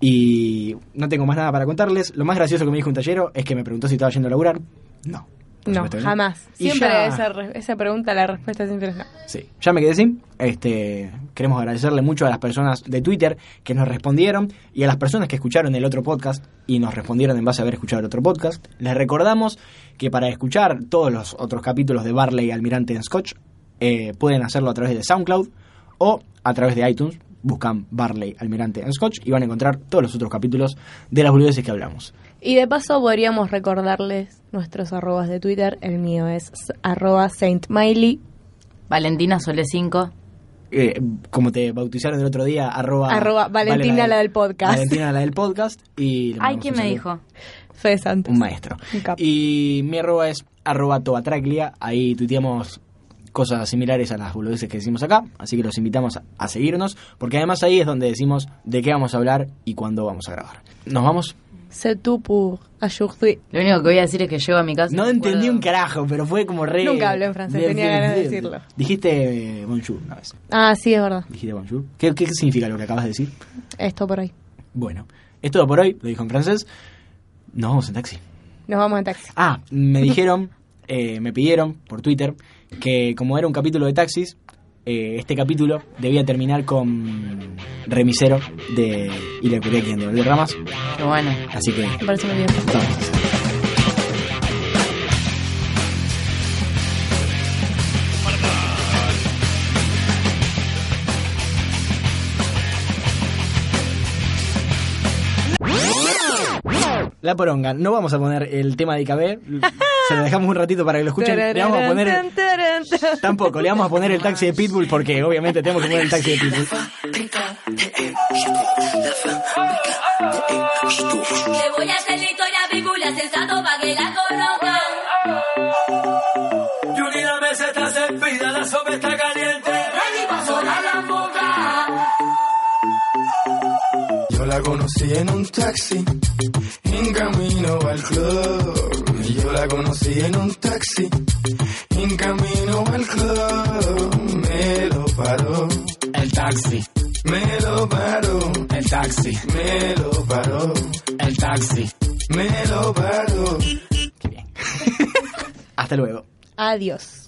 Speaker 3: Y no tengo más nada para contarles. Lo más gracioso que me dijo un tallero es que me preguntó si estaba yendo a laburar. No. por
Speaker 1: no,
Speaker 3: supuesto que
Speaker 1: jamás.
Speaker 3: Y
Speaker 1: Siempre
Speaker 3: ya-
Speaker 1: esa, re- esa pregunta, la respuesta siempre es no.
Speaker 3: Sí, ya me quedé sin. Este, queremos agradecerle mucho a las personas de Twitter que nos respondieron y a las personas que escucharon el otro podcast y nos respondieron en base a haber escuchado el otro podcast. Les recordamos que para escuchar todos los otros capítulos de Barley, Almirante en Scotch, eh, pueden hacerlo a través de SoundCloud o a través de iTunes. Buscan Barley, Almirante en Scotch y van a encontrar todos los otros capítulos de las boludeces que hablamos.
Speaker 1: Y de paso podríamos recordarles nuestros arrobas de Twitter. El mío es s- arroba Saint Miley,
Speaker 2: Valentina Sole 5.
Speaker 3: Eh, como te bautizaron el otro día, arroba,
Speaker 1: Arroba Valentina, la del podcast.
Speaker 3: Valentina la del podcast. Y le
Speaker 2: Ay,
Speaker 3: mandamos
Speaker 2: ¿quién
Speaker 3: un
Speaker 2: me
Speaker 3: saludo.
Speaker 2: dijo?
Speaker 1: Fede Santos.
Speaker 3: un maestro.
Speaker 1: Un capo.
Speaker 3: Y mi arroba es arroba toatraglia, ahí tuiteamos cosas similares a las boludeces que decimos acá, así que los invitamos a- a seguirnos, porque además ahí es donde decimos de qué vamos a hablar y cuándo vamos a grabar. ¿Nos vamos?
Speaker 1: C'est tout pour aujourd'hui.
Speaker 2: Lo único que voy a decir es que llego a mi casa. y
Speaker 3: No
Speaker 2: me
Speaker 3: entendí
Speaker 2: acuerdo-
Speaker 3: un carajo, pero fue como re...
Speaker 1: Nunca hablé en francés, tenía ganas de decirlo.
Speaker 3: Dijiste eh, bonjour una vez,
Speaker 1: Ah, sí, es verdad.
Speaker 3: dijiste bonjour. ¿Qué, ¿Qué significa lo que acabas de decir?
Speaker 1: Esto por ahí.
Speaker 3: Bueno, es todo por hoy, lo dijo en francés. Nos vamos en taxi.
Speaker 1: Nos vamos en taxi.
Speaker 3: Ah, me dijeron, eh, me pidieron por Twitter que como era un capítulo de taxis, eh, este capítulo debía terminar con Remisero de Y la Curia quien devolvió ramas.
Speaker 2: Qué bueno.
Speaker 3: Así que,
Speaker 1: Me parece muy bien.
Speaker 3: vamos. La poronga, no vamos a poner el tema de IKB, se lo dejamos un ratito para que lo escuchen. Le vamos a poner Tampoco, le vamos a poner el taxi de Pitbull porque obviamente tenemos que poner el taxi de Pitbull.
Speaker 6: Le voy a hacer la historia a Pitbull, la sensato para que la conozcan.
Speaker 7: Juni, la mesa está servida, la sopa está caliente.
Speaker 6: Ready pa' sonar la boca.
Speaker 8: Yo la conocí en un taxi, en camino al club. Yo la conocí en un taxi, en camino al club. Me lo paró,
Speaker 9: El taxi,
Speaker 8: me lo paró,
Speaker 9: el taxi,
Speaker 8: me lo paró,
Speaker 9: el taxi.
Speaker 8: me lo paró.
Speaker 3: Hasta luego.
Speaker 1: Adiós.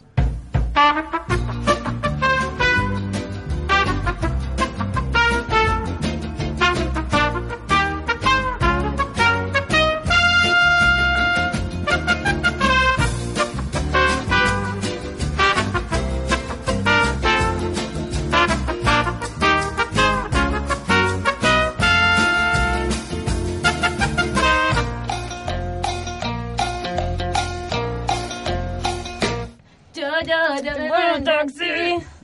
Speaker 6: Yo, yo, yo, yo, yo, taxi.